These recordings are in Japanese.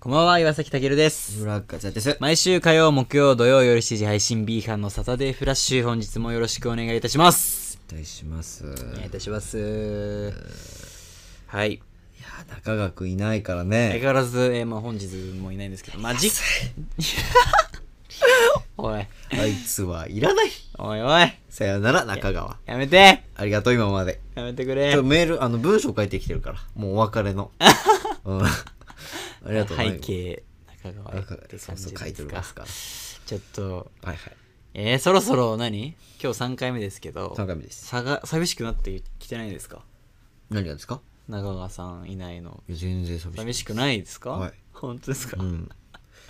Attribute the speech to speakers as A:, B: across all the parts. A: こんばんは、岩崎健です。
B: 村方です。
A: 毎週火曜、木曜、土曜夜7時配信 B 班のサタデーフラッシュ、本日もよろしくお願いいたします。
B: お願いします。い
A: お願いいたします。はい。
B: や、中川くんいないから
A: 相
B: ね。
A: 変わらず、えーまあ本日もいないんですけど、まあ、じ、 おい、
B: あいつはいらない。
A: おいおい、
B: さよなら、中川。
A: やめて
B: ありがとう、今まで。
A: やめてく
B: ち
A: れ
B: ょ。メール、あの、文章書いてきてるから。もうお別 れの。うん。ありがとう
A: 背景、中川
B: 中
A: っ
B: 川
A: て
B: そ
A: 感
B: う
A: じ
B: そう
A: です
B: 書
A: か
B: いておりますから。
A: ちょっと、
B: はいはい。
A: えー、そろそろ何今日3回目ですけど、
B: 三回目です。
A: さが寂しくなってきてないですか
B: 何がですか
A: 中川さんいないの。
B: いや、全然寂しくない
A: 寂しくないですか
B: はい
A: 本当ですか、。
B: うん。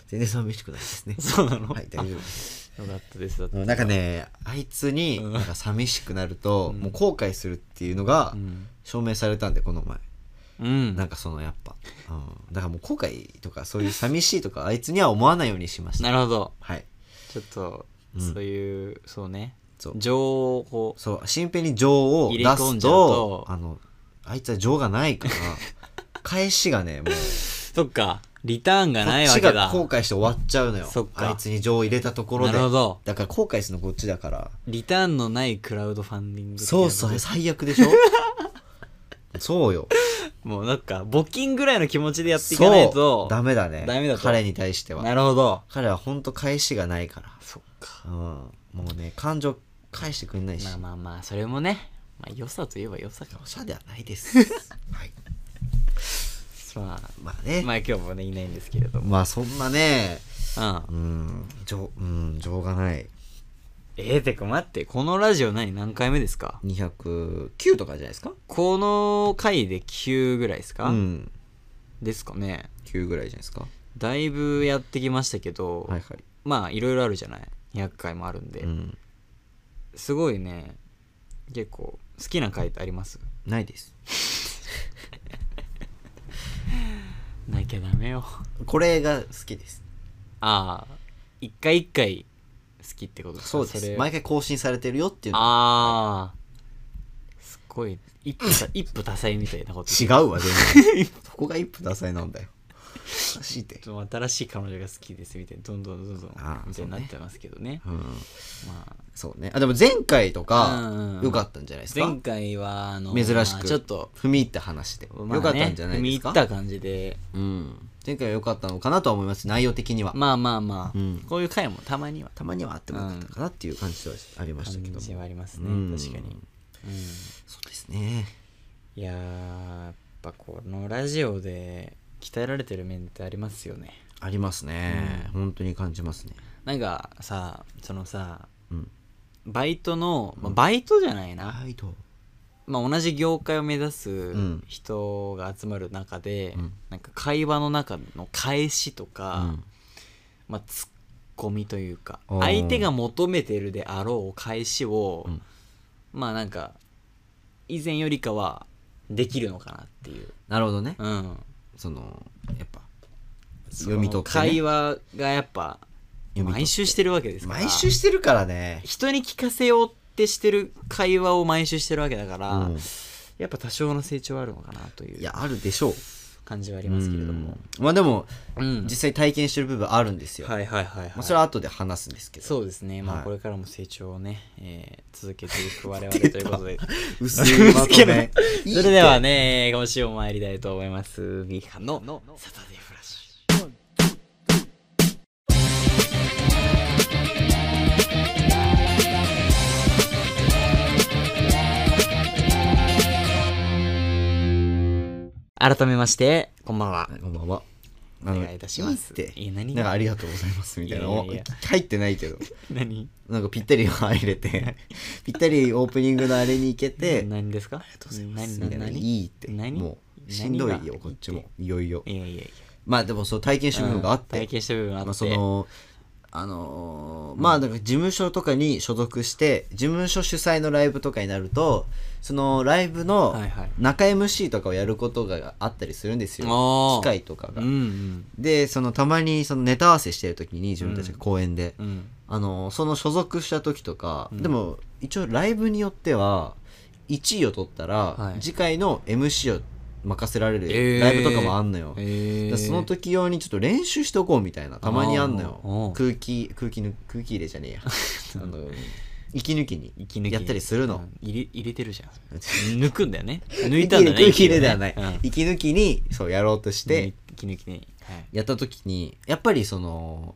B: 全然寂しくないですね
A: そうなの、
B: はい、大丈夫です。
A: よかったです。だって
B: うんなんかね、あいつに、なんか寂しくなると、もう後悔するっていうのが
A: うん、
B: 証明されたんで、この前。
A: うん。
B: なんかそのやっぱ、うん、だからもう後悔とかそういう寂しいとかあいつには思わないようにしました
A: なるほど。
B: はい
A: ちょっと、
B: うん
A: そういう、そうね。
B: そう
A: 情をこう、
B: そう新編に情を出
A: 入れ込ん
B: す
A: じゃうと
B: とあのあいつは情がないから 返しがねもうこ
A: そっか、リターンがない
B: っ
A: わ
B: ち
A: け
B: が
A: だ。
B: 後悔して終わっちゃうのよ
A: そっか
B: あいつに情を入れたところで
A: なるほど
B: だから後悔するのこっちだから
A: リターンのないクラウドファンディングってやつ
B: そうそう最 悪でしょそうよ
A: もうなんか、募金ぐらいの気持ちでやっていかない
B: そ
A: と
B: う、ダメだね
A: ダメだと
B: 彼に対しては
A: なるほど。
B: 彼は本当返しがないから
A: そっか。
B: うんもうね感情返してくれないし
A: まあまあまあ、それもね、まあ良さといえば良さかも
B: お
A: し
B: しゃではない です。はい。
A: れない。ま
B: まあ
A: あ、
B: ね。
A: まあ今日もね、いないんですけれども。
B: まあそんなね、
A: うん
B: う。ん、情、うん、情がない。
A: えー、てか待って、このラジオ何何回目ですか
B: 209とかじゃないですか
A: この回で9ぐらいですか、
B: うん。
A: ですかね
B: 9ぐらいじゃないですか
A: だいぶやってきましたけど、
B: はいはい。
A: まあいろいろあるじゃない200回もあるんで、
B: うん。
A: すごいね結構好きな回ってあります
B: ないです。
A: なきゃダメよ
B: これが好きです。
A: ああ一回一回好きってことか
B: そうで
A: れ
B: す。毎回更新されてるよっていうの。
A: ああすごい一夫多一夫多妻みたいな こと
B: 違
A: う
B: うわ、 全然。そこが一夫多妻なんだよ。おかしいて。
A: 新しい彼女が好きですみたいなどんどんどんどん
B: あ
A: み
B: ー
A: たいに
B: そ
A: な
B: う
A: っ
B: ね
A: てますけどね
B: うん。
A: まあ
B: そうね。あ、でも前回と
A: うんうんうん、
B: か良かったんじゃないですか
A: 前回はあの
B: 珍し
A: まあ
B: く。
A: ちょっと、
B: 踏み入った話で。
A: まあね
B: 良かったんじゃないですか
A: 踏み入った感じで
B: うん。前回は良かったのかなとは思います、内容的には。
A: まあまあまあ、
B: うん
A: こういう回もたまには
B: たまにはあってもよかったかなっていう感じはありましたけど
A: 感
B: も。
A: じはありますね
B: うん
A: 確かに、うん、
B: そうですね。
A: いやーやっぱこのラジオで鍛えられてる面ってありますよね
B: ありますね。
A: うん
B: 本当に感じますね。
A: なんかさそのさ
B: うん。
A: バイトの、まあ、バイトじゃないな、
B: はい、どう
A: まあ、同じ業界を目指す
B: ん
A: 人が集まる中で、
B: うん
A: なんか会話の中の返しとか、
B: うん
A: まあ、ツッコミというか
B: おー
A: 相手が求めてるであろう返しを、
B: うん
A: まあなんか以前よりかはできるのかなっていう、
B: なるほどね。
A: うん、
B: その、やっぱ、読み取って、ね。
A: その会話がやっぱ
B: 読み取って
A: 毎週してるわけですから
B: 毎週してるからね。
A: 人に聞かせようってしてる会話を毎週してるわけだから、
B: うん
A: やっぱ多少の成長はあるのかなと
B: い
A: いう
B: や、あるでしょう。
A: 感じはありますけれども、
B: うん。まあでも、
A: うん
B: 実際体験してる部分あるんですよ。
A: はいはいはい、はい
B: まあ、それは後で話すんですけど。
A: そうですね、ま
B: は
A: あ
B: い
A: これからも成長をね、えー続けていく我々ということ で。
B: 薄いまとめ
A: それではね、今週も参りたいと思います。ミカのサタデーフラッシュ。改めまして、こんばんは
B: は。いこんばんは。
A: お願いいたします
B: あのいいって。
A: え何
B: なんかありがとうございますみたいなの
A: いやいやい
B: 入ってないけど。
A: 何
B: なんかぴったりが入れて、ぴったりオープニングのあれに行けて、
A: 何ですかありが
B: とうございますみ
A: 何
B: たいな
A: 何
B: いいって。
A: 何
B: もう、しんどい
A: 何が
B: よ、こっちも。いよいよ
A: い。やいやいや。
B: まあでもそう、体験してる部分があって。
A: 体験した部分あって。
B: まあその、あのーまあなんか事務所とかに所属して、事務所主催のライブとかになると、そのライブの
A: はいはい
B: 中 MC とかをやることがあったりするんですよ。
A: あー
B: 機会とかが
A: うん。うん
B: で、そのたまにそのネタ合わせしてる時に自分たちが公演で。
A: うん。
B: あのその所属した時とか、
A: ん
B: でも一応ライブによっては1位を取ったら、
A: はい
B: 次回の MC を任せられる
A: えー
B: ライブとかもあんのよ、
A: え
B: だからその時用にちょっと練習しとこうみたいなたまにあんの
A: あーう
B: よ
A: ん
B: 空気空気ぬ空気入れじゃ ねえやあの息抜きに
A: 息抜き
B: やったりするの
A: うん入れ入れてるじゃん 抜くんだよね抜い
B: 息
A: たんだ
B: 抜
A: ね
B: き空気入れではない、
A: うん
B: 息抜きにそうやろうとして
A: 抜き抜きねはい
B: やった時にやっぱりその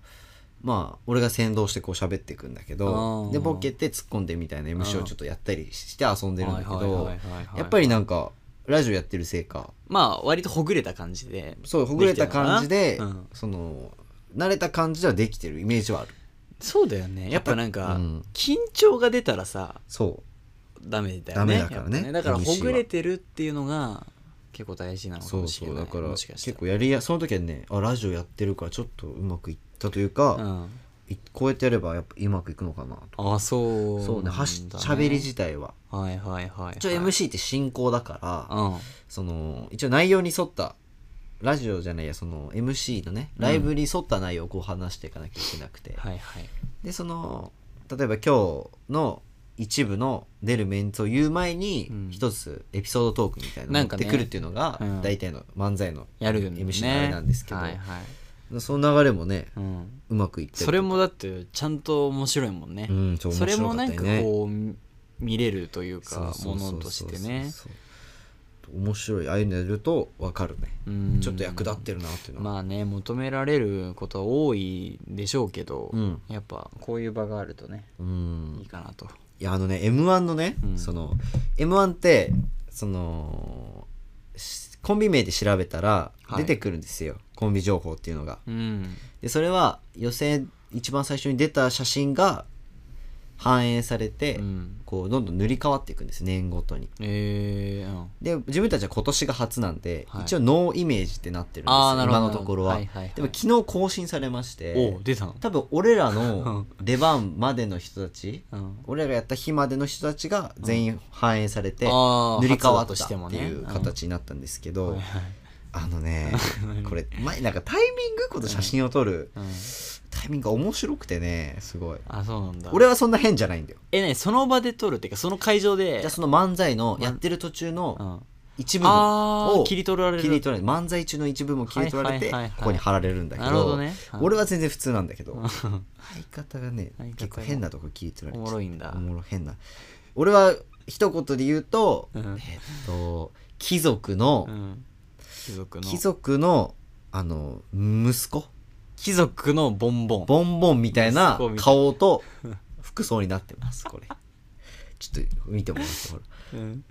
B: まあ俺が先導してこう喋っていくんだけ
A: あ
B: ど
A: ー
B: でボケて突っ込んでみたいな MC をちょっとやったりして遊んでるんだけ
A: はいはい
B: ど
A: はいはいはい
B: やっぱりなんかラジオやってるせいか
A: まあ割とほぐれた感じで
B: そうほぐれた感じで
A: きてるのかなうん
B: その慣れた感じではできてるイメージはある
A: そうだよねやっぱなんか
B: うん
A: 緊張が出たらさ
B: そ
A: ダメだ
B: ダ
A: よ
B: メ
A: ね
B: だからね
A: やっぱだから
B: MC
A: ほ
B: は
A: ぐれてるっていうのが結構大事な
B: う
A: のか
B: そ
A: も
B: う
A: し
B: そ
A: れ
B: う
A: な
B: だ
A: い
B: から
A: もしかした
B: 結
A: ら
B: 構やりやその時はねあラジオやってるからちょっとうまくいったという
A: う
B: か
A: ん
B: いこうやってやればやっぱうまくいくのかなと
A: ああそう
B: そうねはし
A: なんだ
B: ゃべり自体は
A: はいはいはい
B: 一応 MC って進行だから
A: うん
B: その一応内容に沿ったラジオじゃないやその MC のねライブに沿った内容をこう話していかなきゃいけなくて、
A: はいはい
B: でその例えば今日の一部の出るメンツを言う前に
A: うん
B: 一つエピソードトークみたいな
A: な
B: の
A: ん
B: 持っ
A: か
B: て
A: ね
B: くるっていうのが
A: うん
B: 大体の漫才の
A: やるよね
B: MC のあれなんですけど
A: はいはい
B: その流れもね
A: うん
B: うまくいって
A: それもだってちゃんと面白いもんね
B: うんそう
A: それもな
B: 面
A: ん
B: 白か
A: か
B: ったよね
A: こう見れるというか
B: そ
A: も
B: うそうそうそう
A: のとしてね
B: そう面白いああいうのやると分かるね
A: うん
B: ちょっと役立ってるなっていうのは、
A: まあね求められることは多いでしょうけど、
B: うん
A: やっぱこういう場があるとね
B: うん
A: いいかなと
B: いやあのね m 1のね、
A: うん
B: その m 1ってそのしコンビ名で調べたら
A: はい
B: 出てくるんですよ、コンビ情報っていうのが
A: うん
B: でそれは予選一番最初に出た写真が反映されて、
A: うん
B: こうどんどん塗り替わっていくんです年ごとに
A: えーうん、
B: で自分たちは今年が初なんで、
A: はい
B: 一応ノーイメージってなってるんですよ
A: あーなるほ
B: 今
A: ど
B: のところは、
A: はいはいはい
B: でも昨日更新されまして
A: お出たの、
B: 多分俺 らの出番までの人たち
A: うん、
B: 俺らがやった日までの人たちが全員反映されて、
A: あー
B: 塗り替わっ
A: 初
B: た
A: だとして
B: っ
A: も
B: て
A: ね
B: いう形になったんですけど、
A: はいはい
B: あ のねこれ前なんかタイミングこの写真を撮る
A: うん、
B: タイミングが面白くてねすごい
A: あそうなんだ
B: 俺はそんな変じゃないんだよ
A: えねその場で撮るっていうかその会場で
B: じゃあその漫才のやってる途中
A: う
B: の
A: ん、
B: 一部
A: あ
B: 分
A: ー
B: を
A: 切り取られる
B: 切り取られる漫才中の一部も切り取られて
A: はいはいはいはい
B: ここに貼られるんだけど
A: なるほどねうん
B: 俺は全然普通なんだけど相方がね
A: 相方が
B: 結構変なとこ切り取ら れ
A: お
B: て
A: もろいんだ
B: おもろ変な俺は一言で言うと、
A: うん
B: えっと貴族の、
A: うん、貴族の
B: 貴族のあの息子
A: 貴族のボンボン
B: ボンボンみたいな
A: 息子みたい
B: 顔と服装になってますこれちょっと見てもらってほら
A: うん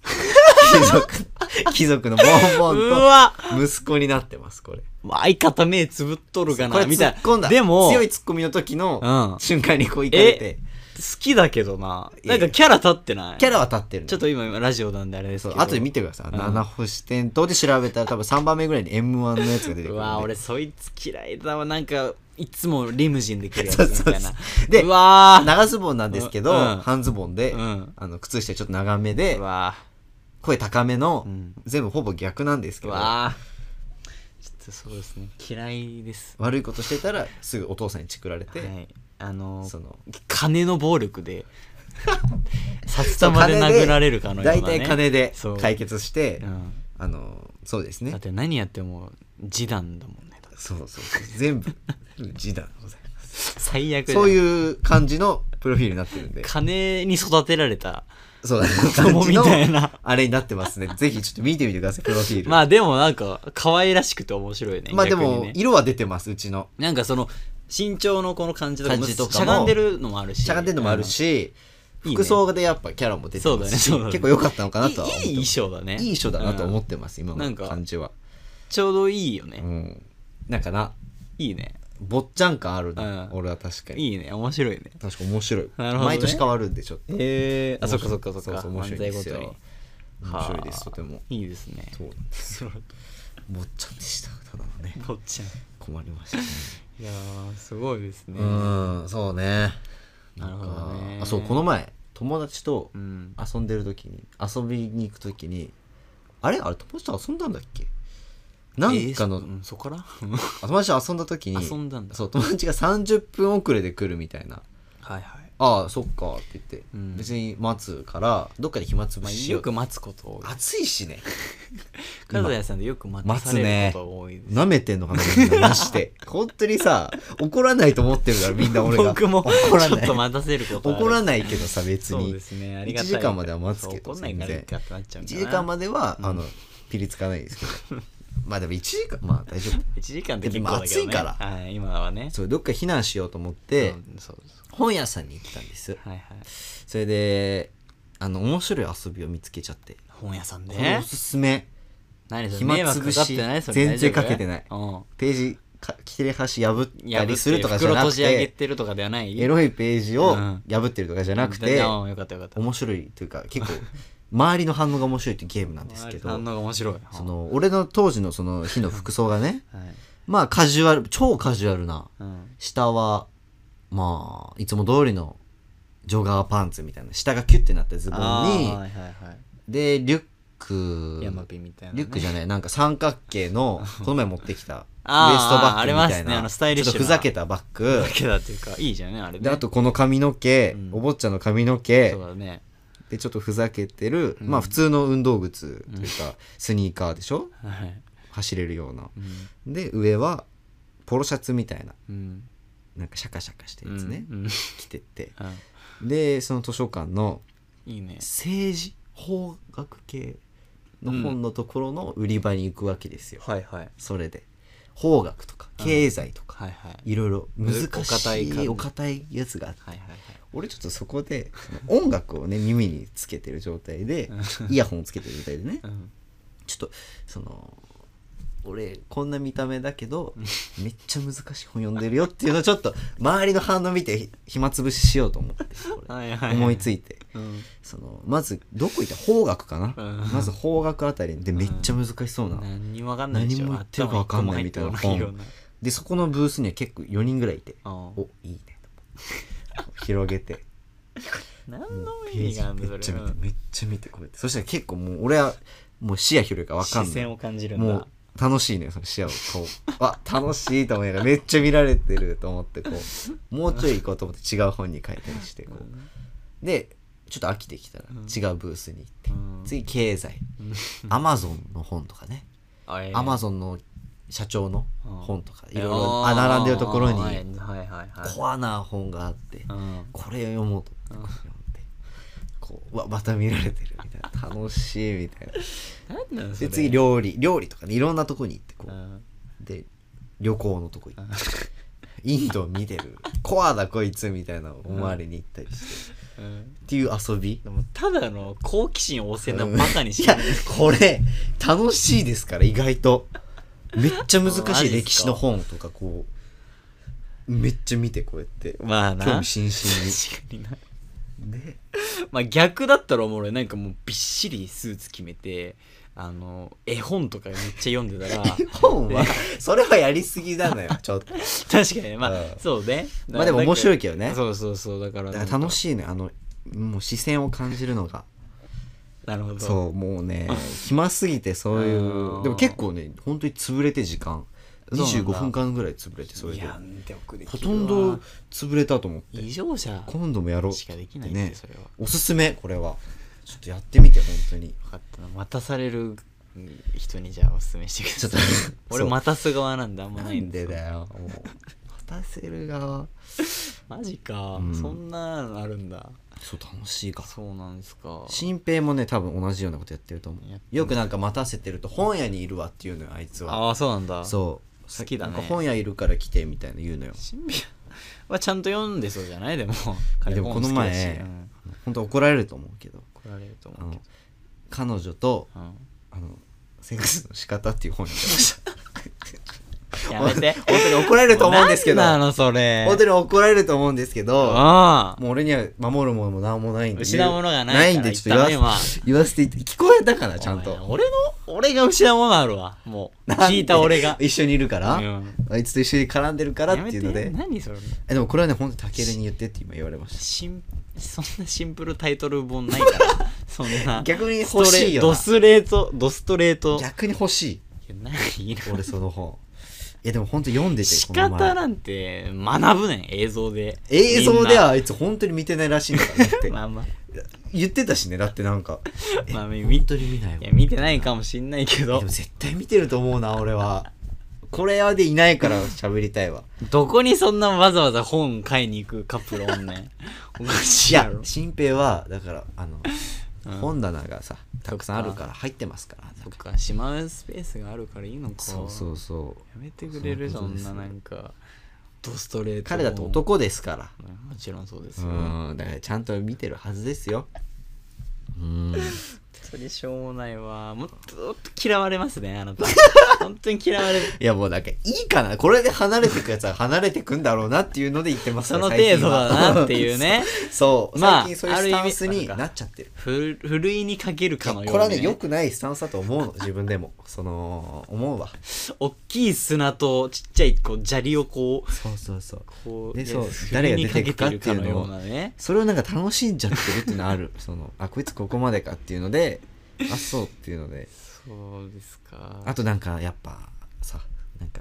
B: 貴族貴族のボンボン
A: うわ
B: と息子になってますこれ
A: 相方目つぶっとるが
B: これ
A: なみた
B: 突
A: い
B: っ込ん
A: な
B: だ
A: でも
B: 強いツッコミの時の
A: うん、好
B: 瞬間にこう行かれて
A: きだけどない
B: や
A: ない
B: や
A: んかキャラ立ってない
B: キャラは立ってるの
A: ちょっと今ラジオなんであれです
B: そ
A: け
B: う
A: ど
B: 後で見てください、
A: ん
B: 七星点灯で調べたら多分3番目ぐらいに m 1のやつが出てくるんで
A: うわー俺そいつ嫌いだわなんかいつもリムジンで来るやつ
B: そうそ
A: み
B: う
A: たいな
B: そうで
A: うわ
B: 長ズボンなんですけど、
A: うん
B: 半ズボンで、
A: うん
B: あの靴下ちょっと長め
A: ー
B: で
A: うわ
B: 声高めの、
A: うん
B: 全部ほぼ逆なんです
A: ー
B: け
A: う
B: ど
A: わーちょっとそうですね嫌いです
B: 悪いことしてたらすぐお父さんにチクられて、
A: はいあのー
B: その
A: 金の暴力で札束で殴られるかのような、ね、
B: 大体金で
A: そう
B: 解決して、
A: うん
B: あのそうです
A: だっ
B: ね
A: て何やっても示談だもんね
B: そうそうそう全部示談でございます
A: 最悪だよ
B: そういう感じのプロフィールになってるんで
A: 金に育てられた
B: そうだね
A: 子供みたいな
B: 感じのあれになって ますねぜひちょっと見てみてくださいプロフィール
A: まあでもなんか可愛らしくて面白いね
B: まあで
A: 逆
B: も
A: にね
B: 色は出てますうちの
A: なんかその身長のこの感じとか
B: 感じとかも
A: しゃがんでるのもあるし
B: しゃがんでるのもあるし、
A: うんいいね
B: 服装でやっぱキャラも出て
A: そう
B: ま
A: だね
B: すし、
A: そうだね
B: 結構良かったのか
A: うん
B: ない
A: い
B: とは思ってます
A: いい衣装だね
B: いい衣装だなと思
A: うん
B: ってます、今
A: な
B: の
A: んか
B: 感じは。
A: ちょうどいいよ
B: う
A: ね
B: ん。なんかな、
A: いいね
B: 坊っちゃん感あるな、
A: うん
B: 俺は確かに。
A: いいね面白いね
B: 確か面白い。
A: なるほどね
B: 毎年変わるんで、ちょっと。
A: えあそっかそっかそ
B: 面
A: っか
B: 白いそうそう面白いんですよ
A: 漫才ごとに
B: 面白いで
A: は
B: す、
A: あ
B: とても。
A: いいですね
B: そうなん ですよ。坊っちゃんでした、ただのね。
A: ぼっちゃん
B: 困りましたね。
A: いやーすごいですね
B: うん、そうね。
A: なるほどね
B: なんかあ、そう、この前、友達と
A: うん
B: 遊んでる時に、遊びに行く時に、あれあれ、友達と遊んだんだっけなんかの、
A: えーそそ こから
B: 友達と遊んだ時に
A: 遊んだんだ
B: そう友達が30分遅れで来るみたいな
A: はいはい
B: ああそっかって言って、
A: うん
B: 別に待つからどっかで暇つぶ
A: まあ、
B: しよ
A: よ
B: う、
A: く待つこと多い
B: 暑いしね
A: 金谷さんでよく待たされることが多いです、
B: なめてんのかなみんななして本当にさ怒らないと思ってるからみんな俺が
A: 僕も
B: 怒ら
A: ちょ
B: な
A: っ
B: い
A: と待たせることある
B: 怒らないけどさ別
A: そう
B: に
A: ですねありがたい
B: 1時間までは待つけ
A: そ
B: ど
A: う怒んないからいいかってなっちゃうん
B: 1
A: だ
B: 時
A: な
B: 間までは、
A: うん
B: あのピリつかないですけどまあでも1時間まあ大丈夫
A: 1時間って結構だけど、ね、
B: でも暑いか
A: はい、今はね
B: そうどっか避難しようと思って
A: うんそうそ
B: 本屋さんに行ったんです
A: うはいはい
B: それであの面白い遊びを見つけちゃって
A: 本屋さんで
B: これおすすめ
A: 何それ
B: 暇
A: 迷惑かかってないそれ
B: 全然かけてない
A: 大丈夫
B: ページか切れ端破
A: うん
B: ったりするとかじゃ
A: 破
B: な
A: って袋閉
B: く
A: じ上げ
B: て
A: てるとかではない
B: エロいページを
A: うん
B: 破ってるとかじゃなくて、
A: うんよかったよかった
B: 面白いというか結構 周りの反応が面白いっていうゲームなんです けど
A: 反応が面白い
B: その俺の当時のその日の服装がね
A: はい、
B: まあカジュアル超カジュアルな
A: うん、
B: 下はまあいつも通りのジョガーパンツみたいな下がキュッてなったズボ
A: あ
B: ン
A: ー
B: に
A: はいはいはい
B: でリュック
A: 山ピみたいな、ね、
B: リュックじゃないなんか三角形 のこの前持ってきたウエスト
A: あー
B: バ
A: あ
B: ッ
A: り
B: グ
A: ま
B: み
A: す
B: た
A: ね
B: いな
A: あのスタイリッシュな
B: ちょっとふざけたバッ グ
A: だけだっていうかいいじゃんねあれね
B: であとこの髪の毛、
A: うん
B: お坊ちゃんの髪の毛
A: そうだね
B: でちょっとふざけてる、
A: うん
B: まあ普通の運動靴というか、スニーカーでしょ
A: はい
B: 走れるような
A: うん
B: で上はポロシャツみたいな
A: うん
B: なんかシャカシャカしてるやつね、
A: うんうん
B: 着 てって
A: あ
B: でその図書館の
A: いいね
B: 政治法学系の本のところの売り場に行くわけですよ、
A: はいはい
B: それで法学とか
A: うん
B: 経済とか、
A: はいはい
B: いろいろ難しい
A: お堅い感じ
B: お堅いやつがあって
A: はいはいはい
B: 俺ちょっとそこでその音楽をね耳につけてる状態でイヤホンをつけてる状態で ね
A: うん
B: ちょっとその俺こんな見た目だけどめっちゃ難しい本読んでるよっていうのをちょっと周りの反応見てひ暇つぶししようと思って俺
A: はいはい
B: 思いついて
A: うん
B: そのまずどこ行った法学かな
A: うん
B: まず法学あたりでめっちゃ難しそうな
A: 何にもわかんないでしょ
B: 何も言ってるかわかんないみたいな
A: 頭一個も入ってこないよ
B: でそこのブースには結構4人ぐらいいて
A: うなうん
B: おいいねと思って広げて
A: 何
B: もう
A: の
B: ペ
A: 意
B: ー
A: 味があ
B: ジ
A: る
B: め
A: のそれ
B: っちゃ見てめっちゃ見てこうやってそしたら結構もう俺はもう視野広いから分かん
A: 視
B: ない
A: 線を感じるん
B: もう
A: だ
B: 楽しいねその視野をこう あ楽しいと思いながらめっちゃ見られてると思ってこうもうちょい行こうと思って違う本に書いたりしてこ
A: うん
B: うでちょっと飽きてきたら
A: うん
B: 違うブースに行って、
A: うん
B: 次経済
A: うん
B: アマゾンの本とかね
A: あ えー
B: アマゾンの社長の本とかいろいろ
A: あ
B: あ
A: ー
B: 並んでるところ
A: あー
B: に
A: はいはいはいはい
B: コアな本があって
A: うん
B: これ読もうと思って読んでこううわまた見られてるみたいな楽しいみたいな
A: 何なのそ
B: で
A: れ
B: 次料理料理とかねいろんなとこに行ってこ
A: う
B: うんで旅行のとこ行ってインド見てるコアだこいつみたいな思われに行ったりして
A: うん
B: っていう遊び
A: でもただの好奇心旺盛なバカにし
B: い
A: か
B: やこれ楽しいですから意外とめっちゃ
A: あ
B: 難
A: マジっ
B: しい
A: すか
B: 歴史の本とかこうめっちゃ見てこうやって
A: まあな
B: 興味津々に
A: 確かにな
B: ね
A: まあ逆だったらおもろいなんかもうびっしりスーツ決めてあの絵本とかめっちゃ読んでた ら
B: 本はそれはやりすぎなのよちょ っと
A: 確かにまあ、
B: うん
A: そうね
B: まあでも面白い
A: け
B: けどね
A: そうそうそうだから
B: だから楽
A: い
B: しいねあのもう視線を感じるのが
A: なるほど
B: そうもうね暇すぎてそうい
A: あー
B: うでも結構ね本当に潰れて時間
A: うなんだ
B: 25分間ぐらい潰れてそれ
A: い
B: で
A: やで奥でき
B: ほ
A: る
B: と
A: わ
B: んど潰れたと思って
A: 異常者
B: 今度もやろう
A: しかできないんだよ
B: ね
A: それは
B: おすすめこれはちょっとやってみて本当に
A: 分かったな待たされる人にじゃあおすすめしてください
B: ちょっと
A: 俺
B: そう
A: 待たす側なんであんま
B: な
A: ない
B: ん
A: ん
B: で
A: よ
B: すだよもう渡せる側
A: マジか、
B: うん
A: そんなのあるんだ
B: そう楽しいから
A: そうなんですか
B: 新平もね多分同じようなことやってると思
A: やっ
B: うよくなんか待たせてると本屋にいるわっていうのよあいつは
A: ああそうなんだ
B: そう
A: 好きだね
B: なんか本屋いるから来てみたいな言うのよ
A: 新聞はちゃんと読んでそうじゃないでも
B: でもこの
A: 彼本好きだし
B: 前、
A: うん
B: 本当怒られると思うけど
A: 来られると
B: あ
A: 思うけ
B: の
A: ど
B: 彼女と
A: うん
B: あのセックスの仕方っていう本読んでました
A: やめて
B: 本当 に怒られると思うんですけど
A: 何なのそれ
B: 本当に怒られると思うんですけど
A: ああ
B: もう俺には守るものも何もないんで
A: 失うものがない
B: ん
A: から
B: でちょっと
A: 言っ
B: 言
A: たね
B: わせ言わせていた聞こえたからちゃん
A: お前
B: と
A: 俺の俺が失うものあるわもう
B: なんで
A: 聞いた俺が
B: 一緒にいるから、
A: うん
B: あいつと一緒に絡んでるからっていうの
A: やめ
B: で
A: て何それ
B: えでもこれはね本当タケルに言ってって今言われまし
A: シンそんなシンプルタイトル本ないからそんな
B: た逆に
A: こ
B: 欲
A: れ
B: しいよ
A: ドスレートドストレート
B: な逆に欲しい
A: いやないな
B: 俺その本いやでも本当読んでて
A: 仕
B: この前
A: 方なんて学ぶねん映像で
B: 映像で
A: みんな
B: はあいつ本当に見てないらしいんだからねって
A: まあまあ
B: 言ってたしねだってなんかえ
A: まあ見
B: 本当に見ない
A: い
B: わ
A: や見てないかもしんないけ
B: で
A: ど
B: も絶対見てると思うな俺はこれはでいないから喋りたいわ
A: どこにそんなわざわざ本買いに行くカップルおん ねんおかし
B: い
A: いや
B: や
A: ろ
B: 新平はだからあ
A: う
B: の、
A: ん
B: 本棚がさたくさんあるから入ってますから
A: そっかしまうスペースがあるからいいのか
B: そうそうそう
A: やめてくれる
B: そ
A: そう
B: いうんこと
A: な
B: です
A: なんかドストレート
B: 彼だと男ですから
A: もちろんそうですよ、
B: うんだからちゃんと見てるはずですようん
A: それしょうもないわもっともっと嫌われますねあ なた本当に嫌われる
B: いやもうなんかいいかなこれで離れてくやつは離れてくんだろうなっていうので言ってます
A: そ
B: ね
A: の
B: 最
A: 程
B: 近
A: 度
B: は
A: だなっていうね
B: そう、
A: まあ
B: 最近そういうスタンスに
A: ある意味
B: なっちゃってる
A: ふるふるいにかけるかのように、ね、
B: これはね良くないスタンスだと思 うの自分でもその思うわ
A: 大きい砂とちっちゃいこう砂利をこう
B: そうそうそう
A: こう
B: で
A: いや
B: そう
A: ふ
B: 誰
A: る
B: が
A: いに
B: 出てくかってい
A: かける
B: うのを
A: かようなね
B: それをなんか楽しんじゃってるっていうのあ るそのあこいつここまでかっていうのであそうっていうので
A: そうですか
B: あとなんかやっぱさなんか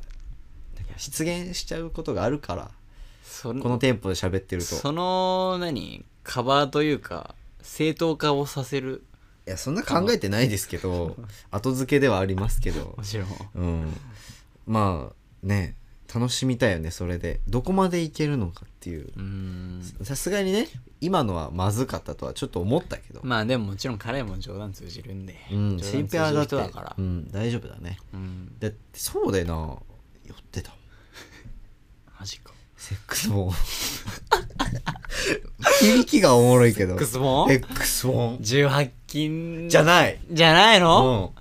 B: なんか失言しちゃうことがあるから
A: そ
B: このテンポで喋ってると
A: その何カバーというか正当化をさせる
B: いやそんな考えてないですけど後付けではありますけ ど
A: もちろん
B: うんまあね楽しみたいよねそれでどこまでいけるのかっていう
A: うーん
B: さすがにね今のはまずかったとはちょっと思ったけど、
A: まあでももちろん彼も冗談通じるんで、
B: うん
A: 冗談
B: 心
A: 通
B: 配は
A: じ
B: だ
A: る
B: って
A: 人だから
B: うん、大丈夫だね
A: うん
B: だってそうだよな酔ってたもん
A: マジか
B: セックスも 響きがおもろいけど
A: クスボ
B: セ
A: ン
B: ックスも
A: 18禁
B: じゃ
A: な
B: ない
A: じゃないの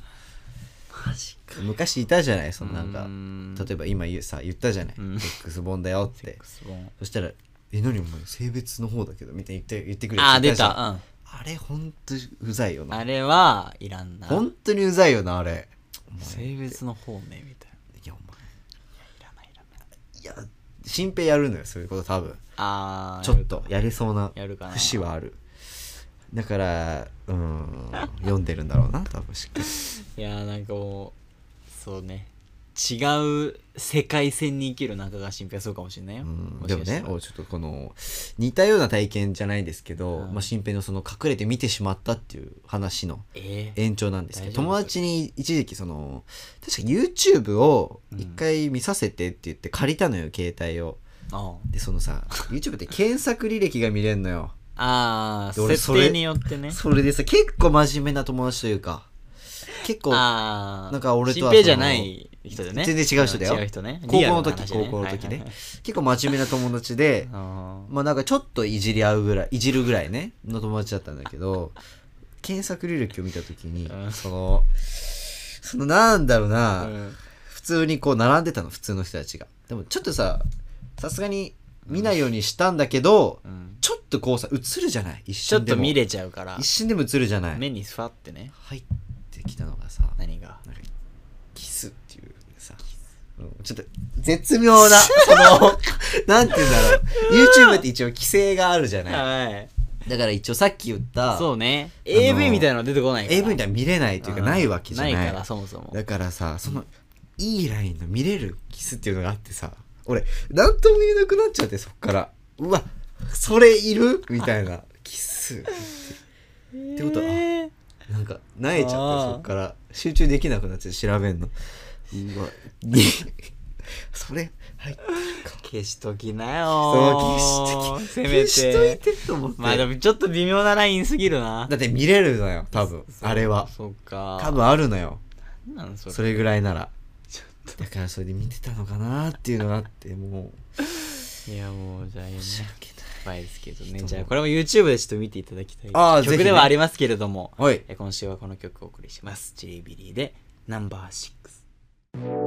B: マジか昔いたじゃないそのなんか
A: うん
B: 例えば今言うさ言ったじゃない、
A: うん
B: セックス本だよって
A: クスボン
B: そしたら「え何お前性別の方だけど」みたいに言って言ってくる
A: ああ
B: やつい
A: 出
B: じゃん
A: た、うん、
B: あれほんとうざいよ
A: あ
B: な
A: れはいらんな
B: ほんとにうざいよなあれお前い
A: 性別の方ねみたいな
B: やお
A: いらないいらない
B: 前いや新平やるのよそういうこと多分
A: ああ
B: ちょっとやれそうな
A: やるかな
B: 節はあるだからうーん読んでるんだろうな多分しっかり
A: いやーなんかもうそうね違う世界線に生きる中川新平はそうかもしれないよ
B: うん
A: も
B: で
A: し
B: も
A: かしたら
B: ねおちょっとこの似たような体験じゃないですけど、
A: うん
B: まあ、新平のその隠れて見てしまったっていう話の
A: ええ
B: 延長なんですけど
A: 大丈夫
B: 友達に一時期その確か YouTube を一回見させてって言って借りたのよ携帯を
A: あ
B: でそのさ YouTube って検索履歴が見れんのよ
A: ああ
B: で俺
A: ー
B: そ
A: 設
B: れ
A: 定によってね
B: それでさ結構真面目な友達というか結構
A: ああ
B: なんか俺とは
A: 新平じゃない人だね
B: 全然違う人だよ
A: ん違う人ね
B: 高
A: リアル
B: 校
A: な
B: の時
A: 話ね
B: 高校の
A: は
B: 時
A: いは
B: ね
A: いはい
B: 結構真面目な友達で
A: あ
B: まあなんかちょっといじり合うぐらいいじるぐらいねの友達だったんだけど検索履歴を見た時に
A: うん
B: そのそのなんだろうな、
A: ーうん
B: 普通にこう並んでたの普通の人たちがでもちょっとささすがに見ないようにしたんだけど、
A: うん
B: ちょっとこうさ映るじゃない一
A: ちょ
B: 瞬
A: っ
B: で
A: と
B: も
A: 見れちゃうから
B: 一瞬でも映るじゃない
A: 目にふわってね
B: 入ってきたのがさなんか
A: 何が
B: キスっていうさうんちょっと絶妙なそ のなんて言うんだろう YouTube って一応規制があるじゃない
A: はい
B: だから一応さっき言った
A: そうね AV みたいなの出てこないから
B: AV みたいな見れないというか
A: うん
B: ないわけじゃない
A: ないからそもそも
B: だからさそのいいラインの見れるキスっていうのがあってさ俺何とも言えなくなっちゃってそっからうわそれいるみた いなキスってことは
A: えー
B: なんかなえち
A: あ
B: ゃって
A: ー
B: そっから集中できなくなっちゃって調べんのうわに それはい
A: 消しときなよ
B: そう消しとき消しといてと思って、
A: まあでもちょっと微妙なラインすぎるな
B: だって見れるのよ多分あれは
A: そうか
B: 多分あるのよ
A: なんそれ
B: それぐらいなら
A: ちょ
B: だからそれで見てたのかなっていうのがあっても
A: いやもうじゃあやめ
B: う
A: 失
B: 申し訳ない
A: 敗ですけどね
B: 人も
A: じゃあこれも YouTube でちょっと見ていただきたい
B: あーぜひ
A: 曲
B: ね
A: ではありますけれども、
B: おい
A: え今週はこの曲をお送りしますチリビリでナンバー6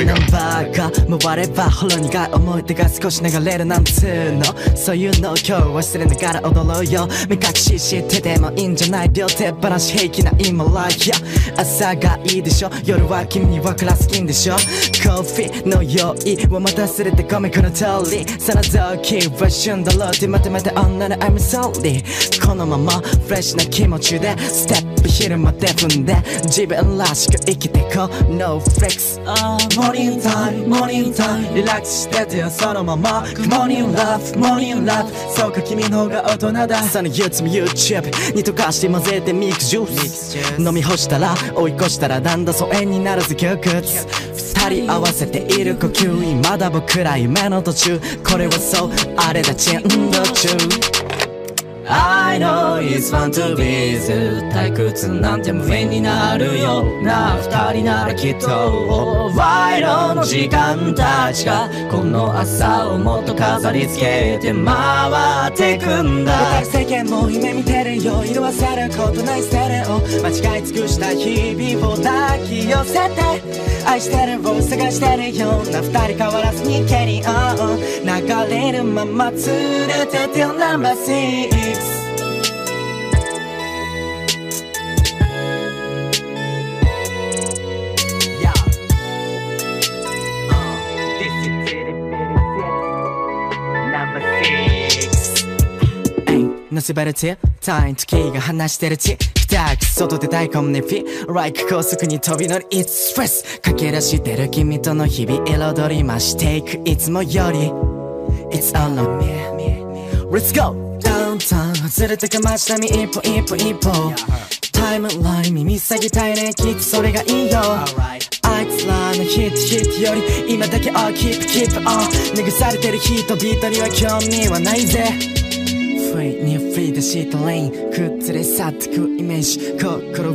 C: ナンバーが回ればほろ苦い思い出が少し流れるなんつうのそういうのを今日忘れながら踊ろうよ目隠ししててもいいんじゃない両手放し平気な今 like y 朝がいいでしょ夜は君に分からすきんでしょコーヒーの用意を待たせれてごめんこの通りその時は旬だろうってまとめて女の I'm sorry このままフレッシュな気持ちでステップ昼まで踏んで自分らしく生きてこう No flex あーモーニングタイムモーニングタイムリラックスしててよそのまま Good morning love モーニング love そうか君の方が大人だその憂鬱も YouTube に溶かして混ぜてミックスジュース飲み干したら追い越したらだんだん疎遠になるぜ窮屈二人合わせている呼吸まだ僕ら夢の途中これはそうあれだ珍道中 I know it's fun to be with 退屈なんて無縁になるよな二人ならきっと賄賂の時間たちがこの朝をもっと飾り付けて回ってくんだ世間も夢見てるよ色褪せることないステレオ間違い尽くした日々を抱き寄せて愛してるを探してるような二人変わらずにケリーオン流れるまま連れて Till number six のせばるち単位月が話してるちくたく外で大根ねピ Like 高速に飛び乗り It's stress 駆け出してる君との日々彩り増していくいつもより It's all on me Let's go! ダウンタウン外れてく街並み一歩一歩一歩タイムライン耳塞ぎたいねきっとそれがいいよあいつらのヒットヒットより今だけをキープキープオン拭されてる人々には興味はないぜフリーにフリーでしたレイン崩れ去ってくイメージ心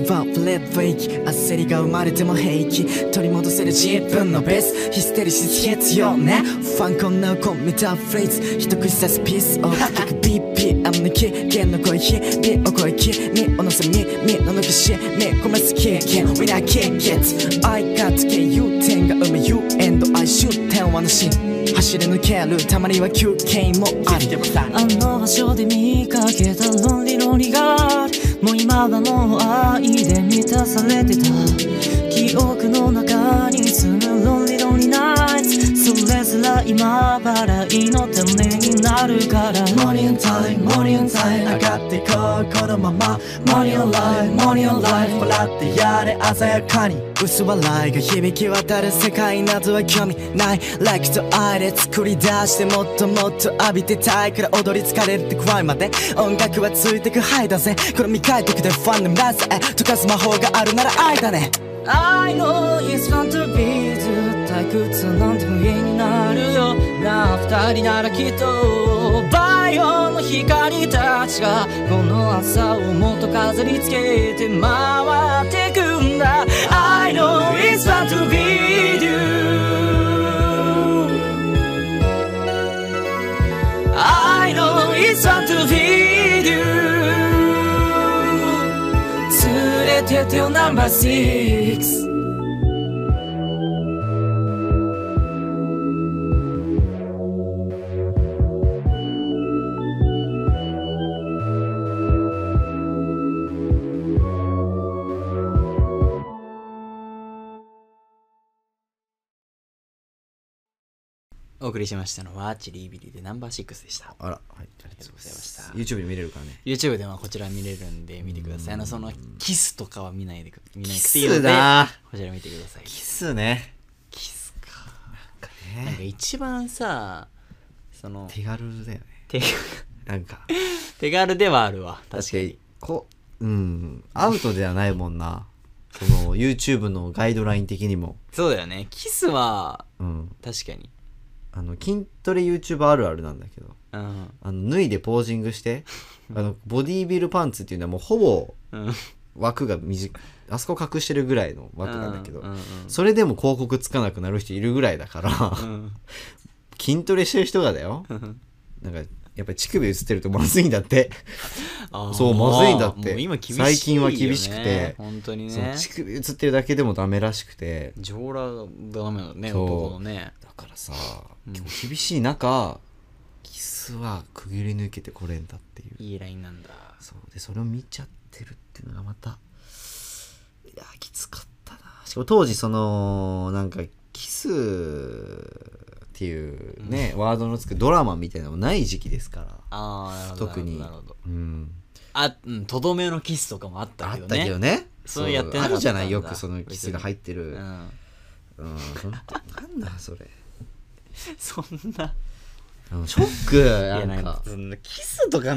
C: はブレッドフェイキ焦りが生まれても平気取り戻せる自分のベースヒステリシス必要ねファンコンナウコンメタフレーズ一口刺すピー スオフ BPM の危険の声日々を超え君を乗せ耳の抜きし目込めすき Can we not kick it? I got to get you 点が生む You and I shoot 点はなし走り抜けるたまには休憩もあり
D: あの場所で見かけたロンリロリがもう今はもう愛で満たされてた記憶の中に住むロンリロリナイツそれすら今払いの種になるから
C: モーニングタイムモーニングタイム上がっていこうこのままモーニングライフモーニングライフ笑ってやれ鮮やかに薄笑いが響き渡る世界などは興味ない Like と愛で作り出してもっともっと浴びてたいから踊り疲れるって怖いまで音楽はついてくハイだぜこれ未開拓でファンでもラぜ溶かす魔法があるなら愛だね
D: I know it's fun to be ずっと退屈なんて無縁になるよなあ二人ならきっとバイオの光たちがこの朝をもっと飾り付けて回ってくんだ I know it's fun to be you I know it's fun to be you 連れてってよ number six
A: お送りしましたのはチリビリでナンバー6でした
B: あら、はい、ありがとうございました。
A: あ
B: YouTube で見れるからね。
A: YouTube ではこちら見れるんで見てくださいあのそのキスとかは見ないでく見ない
B: キ
A: くていいの
B: ス
A: で
B: だ
A: こちら見てください
B: キスね。
A: キスかなんか一番さその
B: 手軽だよね。
A: 手
B: なんか、
A: 手軽ではあるわ確
B: 確
A: か
B: か
A: に
B: に、こう、うん、アウトではないもんな。その、YouTube のガイドライン的にも。
A: そうだよねキスは
B: うん。
A: 確かに
B: あの、筋トレ YouTuber あるあるなんだけど、
A: うん
B: あの、脱いでポージングして、 あの、ボディービルパンツっていうのはもうほぼ
A: うん
B: 枠が短い、あそこ隠してるぐらいの枠なんだけど
A: うんうんうん、
B: それでも広告つかなくなる人いるぐらいだから、
A: うん
B: 筋トレしてる人がだよ。
A: ん
B: なんか、やっぱり乳首映ってるとまずいんだって。
A: あー
B: そうまずいんだって
A: もう今厳しいよね
B: 最近は厳しくて
A: 本当に
B: その
A: ね
B: 乳首映ってるだけでもダメらしくて、
A: 上裸がダメだね
B: そう
A: 男のね
B: だからさ、結構厳しい中キスはくぐり抜けてこれんだっていう
A: いいラインなんだ
B: そうでそれを見ちゃってるっていうのがまたいやきつかったなしかも当時そのなんかキスっていうね、ワードのつくドラマみたいなのもない時期ですから
A: ああなるほど
B: 特に
A: なるほど
B: うん
A: あうんとどめのキスとかもあった
B: あ
A: け
B: っ
A: ど
B: た
A: ね
B: けどね
A: そうやってな
B: あ
A: かったんだ
B: るじゃないよくそのキスが入ってる
A: う、ん、
B: うん、ほんとなんだそれ
A: そんな
B: うんショック
A: いや
B: な
A: なんん
B: か
A: かそんなキスとか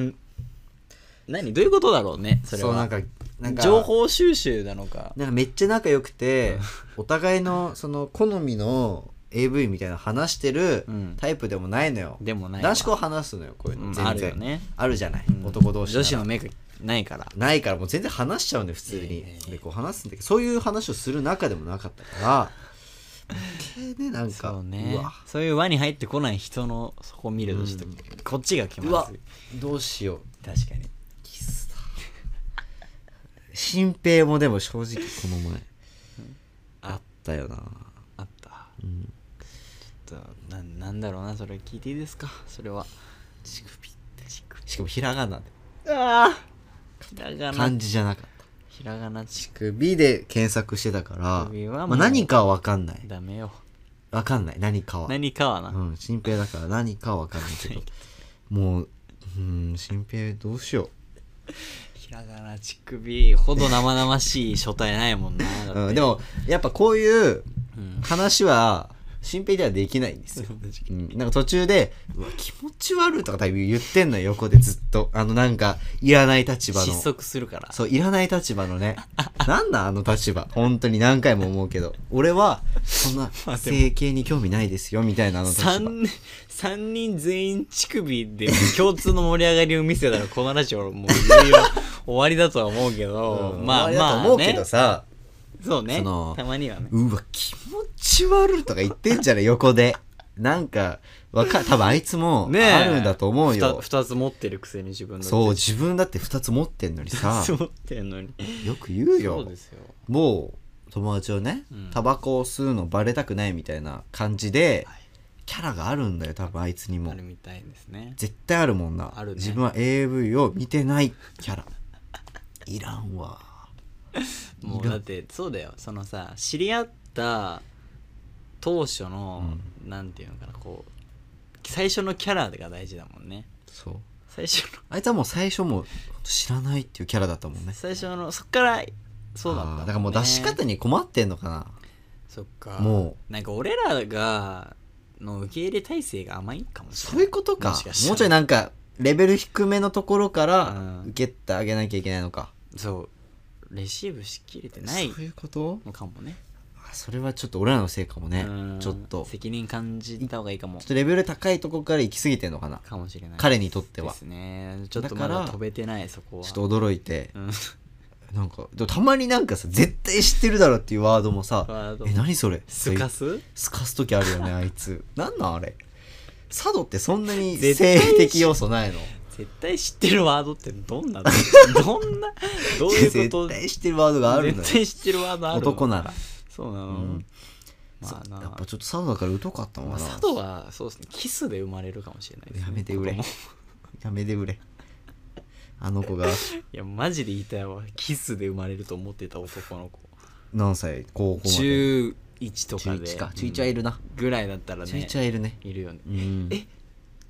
A: 何どういうことだろうねそれは
B: そうなんかなんか
A: 情報収集なのか
B: なんかめっちゃ仲良くてお互いのその好みの AV みたいなの話してる
A: うん
B: タイプでもないのよ、
A: でもないわ
B: 男子校話すのよこういうの、
A: うん
B: 全然
A: あるよね
B: あるじゃない、
A: うん
B: 男同士な
A: 女子
B: ら
A: の目がないから
B: ないからもう全然話しちゃうんで普通に、でこう話すんだけどそういう話をする中でもなかったから余計ねなんか
A: そうね
B: わ
A: そういう輪に入ってこない人のそこ見るとちょっと、こっちが気
B: う
A: ま
B: わ
A: ずい
B: どうしよう
A: 確かに
B: キスだ新平もでも正直この前あったよな
A: あった、ちょっとななんだろうなそれ聞いていいですかそれは乳首って乳首
B: しかもひらがなで
A: ああひらが
B: 漢
A: な
B: 字じゃなかった
A: ひらがな乳
B: 首で検索してたから
A: 首はもう
B: まあ、何かは分かんない
A: ダメよ
B: 分かんない何かは
A: 何かはな、
B: うん新平だから何かは分かんないけ どもううん新平どうしよ
A: ひらがな乳首ほど生々しい書体ないもんなだっ
B: う、
A: て
B: うん、でもやっぱこういう
A: うん
B: 話は新平ではできないん ですようん、なんか途中で「うわ気持ち悪い」とか多分言ってんのよ横でずっとあのなんかいらない立場の
A: 失速するから
B: そういらない立場のね なんなんあの立場本当に何回も思うけど俺はそん な整形に興味ないですよみたいなあの立場
A: 3, 三人全員乳首で共通の盛り上がりを見せたらこのラジオもういよいよ終わりだとは思うけど、
B: うん
A: まあ
B: 終わりだ
A: まあ、ね、
B: と思うけどさ、
A: そうね
B: その
A: たまにはね
B: うわ気持ち悪いとか言ってんじゃない横でなんかわか多分あいつも
A: ねえ
B: あるんだと思うよ、
A: 2, つ持ってるくせに自分だって
B: そう自分だって2つ持ってんのにさ
A: 持ってんのに
B: よく言う
A: そう
B: よ
A: ですよ
B: 某友達をね
A: うん
B: タバコを吸うのバレたくないみたいな感じで、キャラがあるんだよ多分あいつに
A: あ
B: も
A: るみたいですね
B: 絶対あるもんな、
A: あるね
B: 自分は AV を見てないキャラいらんわ
A: もうだってそうだよそのさ知り合った当初の、なんていうのかなこう最初のキャラが大事だもんね
B: そう
A: 最初の
B: あいつはもう最初もう知らないっていうキャラだったもんね
A: 最初のそっからそうだったん
B: あ
A: ね、
B: ーだからもう出し方に困ってんのかな
A: そっか
B: も
A: うなんか俺らがの受け入れ体制が甘いかもしれない
B: そういうことか
A: もしかしたら
B: もうちょいなんかレベル低めのところか
A: う
B: ら
A: ん
B: 受けてあげなきゃいけないのか、
A: そうレシーブしきれてない
B: そういうこと
A: のかもね
B: あそれはちょっと俺らのせいかもね
A: うん
B: ちょっとちょ
A: 責任感じた方がいいかも
B: っとレベル高いとこから行き過ぎてんのかな
A: かもしれない
B: 彼にとって
A: で
B: は
A: すねちょっとま
B: だか
A: だ
B: ら
A: 飛べてないそこは
B: ちょっと驚いて
A: うん
B: なんかでもたまになんかさ絶対知ってるだろっていうワードも
A: ワ
B: さ
A: ード
B: 「え何それ?」
A: すかす
B: すかす時あるよねあいつなんなんあれ佐渡ってそんなに性
A: 絶対知
B: 的要素ないの
A: 絶対知ってるワードってど んなどんなどういうこと
B: 絶対知ってるワードがあるの
A: 絶
B: よ
A: 対知ってるワードあるの
B: 男なら
A: そうなの、
B: ん
A: まあな
B: やっぱちょっと佐渡だから疎かったもん
A: ま
B: な
A: あ、佐渡はそうですねキスで生まれるかもしれないです、ね、
B: やめてくれ
A: 子供
B: やめてくれあの子が
A: いやマジで言いたいわキスで生まれると思ってた男の子
B: 何歳高校まで
A: 中1とかで
B: 11か中1はいるな
A: うんぐらいだったらね
B: 中1はいるね
A: いるよね
B: うん
A: え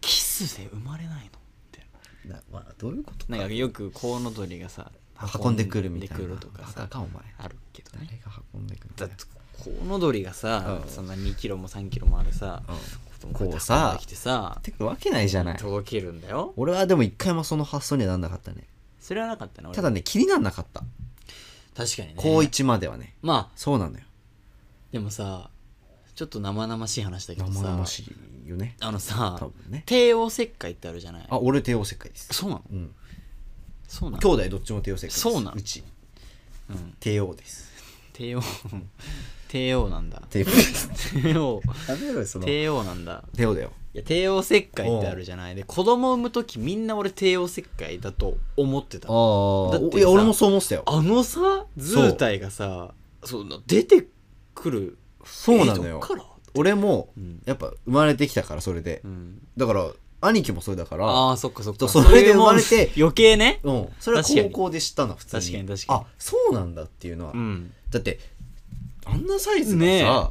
A: キスで生まれないのって
B: なまあどういうこと
A: なんかよくコウノトリがさ
B: 運んでくるみたい
A: 運んで
B: な
A: くるとか
B: バカ
A: さ
B: かお前
A: あるけど
B: 誰
A: ね
B: が運んでくるん
A: だ
B: だ
A: っ
B: よ
A: てコウノドリがさ、
B: うん
A: そんな2キロも3キロもあるさ、
B: うん
A: 子供
B: こう
A: が運ん
B: さ
A: できてさ
B: てくるわけないじゃない
A: 届けるんだよ
B: 俺はでも一回もその発想にはなんなかったね
A: それはなかったな俺
B: ただね気になんなかった
A: 確かにね
B: 高1まではね
A: まあ
B: そうなのよ
A: でもさちょっと生々しい話だけどさ
B: 生々しいよね
A: あのさ
B: 多分ね
A: 帝王切開ってあるじゃない
B: あ俺帝王切開です
A: そうなの
B: うん
A: そうな
B: 兄
A: の
B: 弟どっちも帝王切開です
A: そうなの
B: うち
A: うん
B: 帝 王です
A: 帝王帝王なんだ
B: 帝王
A: 帝王
B: やめろよそ の
A: 帝王なんだ
B: 帝王だよ
A: いや帝王切開ってあるじゃないで子供産む時みんな俺帝王切開だと思ってただ
B: あ
A: って
B: あいや
A: さ
B: 俺もそう思ってたよ
A: あのさ図体がさそうな出てくる
B: そうなのよ
A: えどっから
B: 俺も
A: うん
B: やっぱ生まれてきたからそれで、
A: うん、
B: だから兄貴もそれだから
A: ああそっかそっか
B: そうそれで生まれて
A: そもう余計ね
B: うんそれは
A: 確か
B: 高
A: に
B: 校で知ったの普通に
A: 確かに確かに
B: あそうなんだっていうのは、
A: うん
B: だってあんなサイズがさ、
A: ね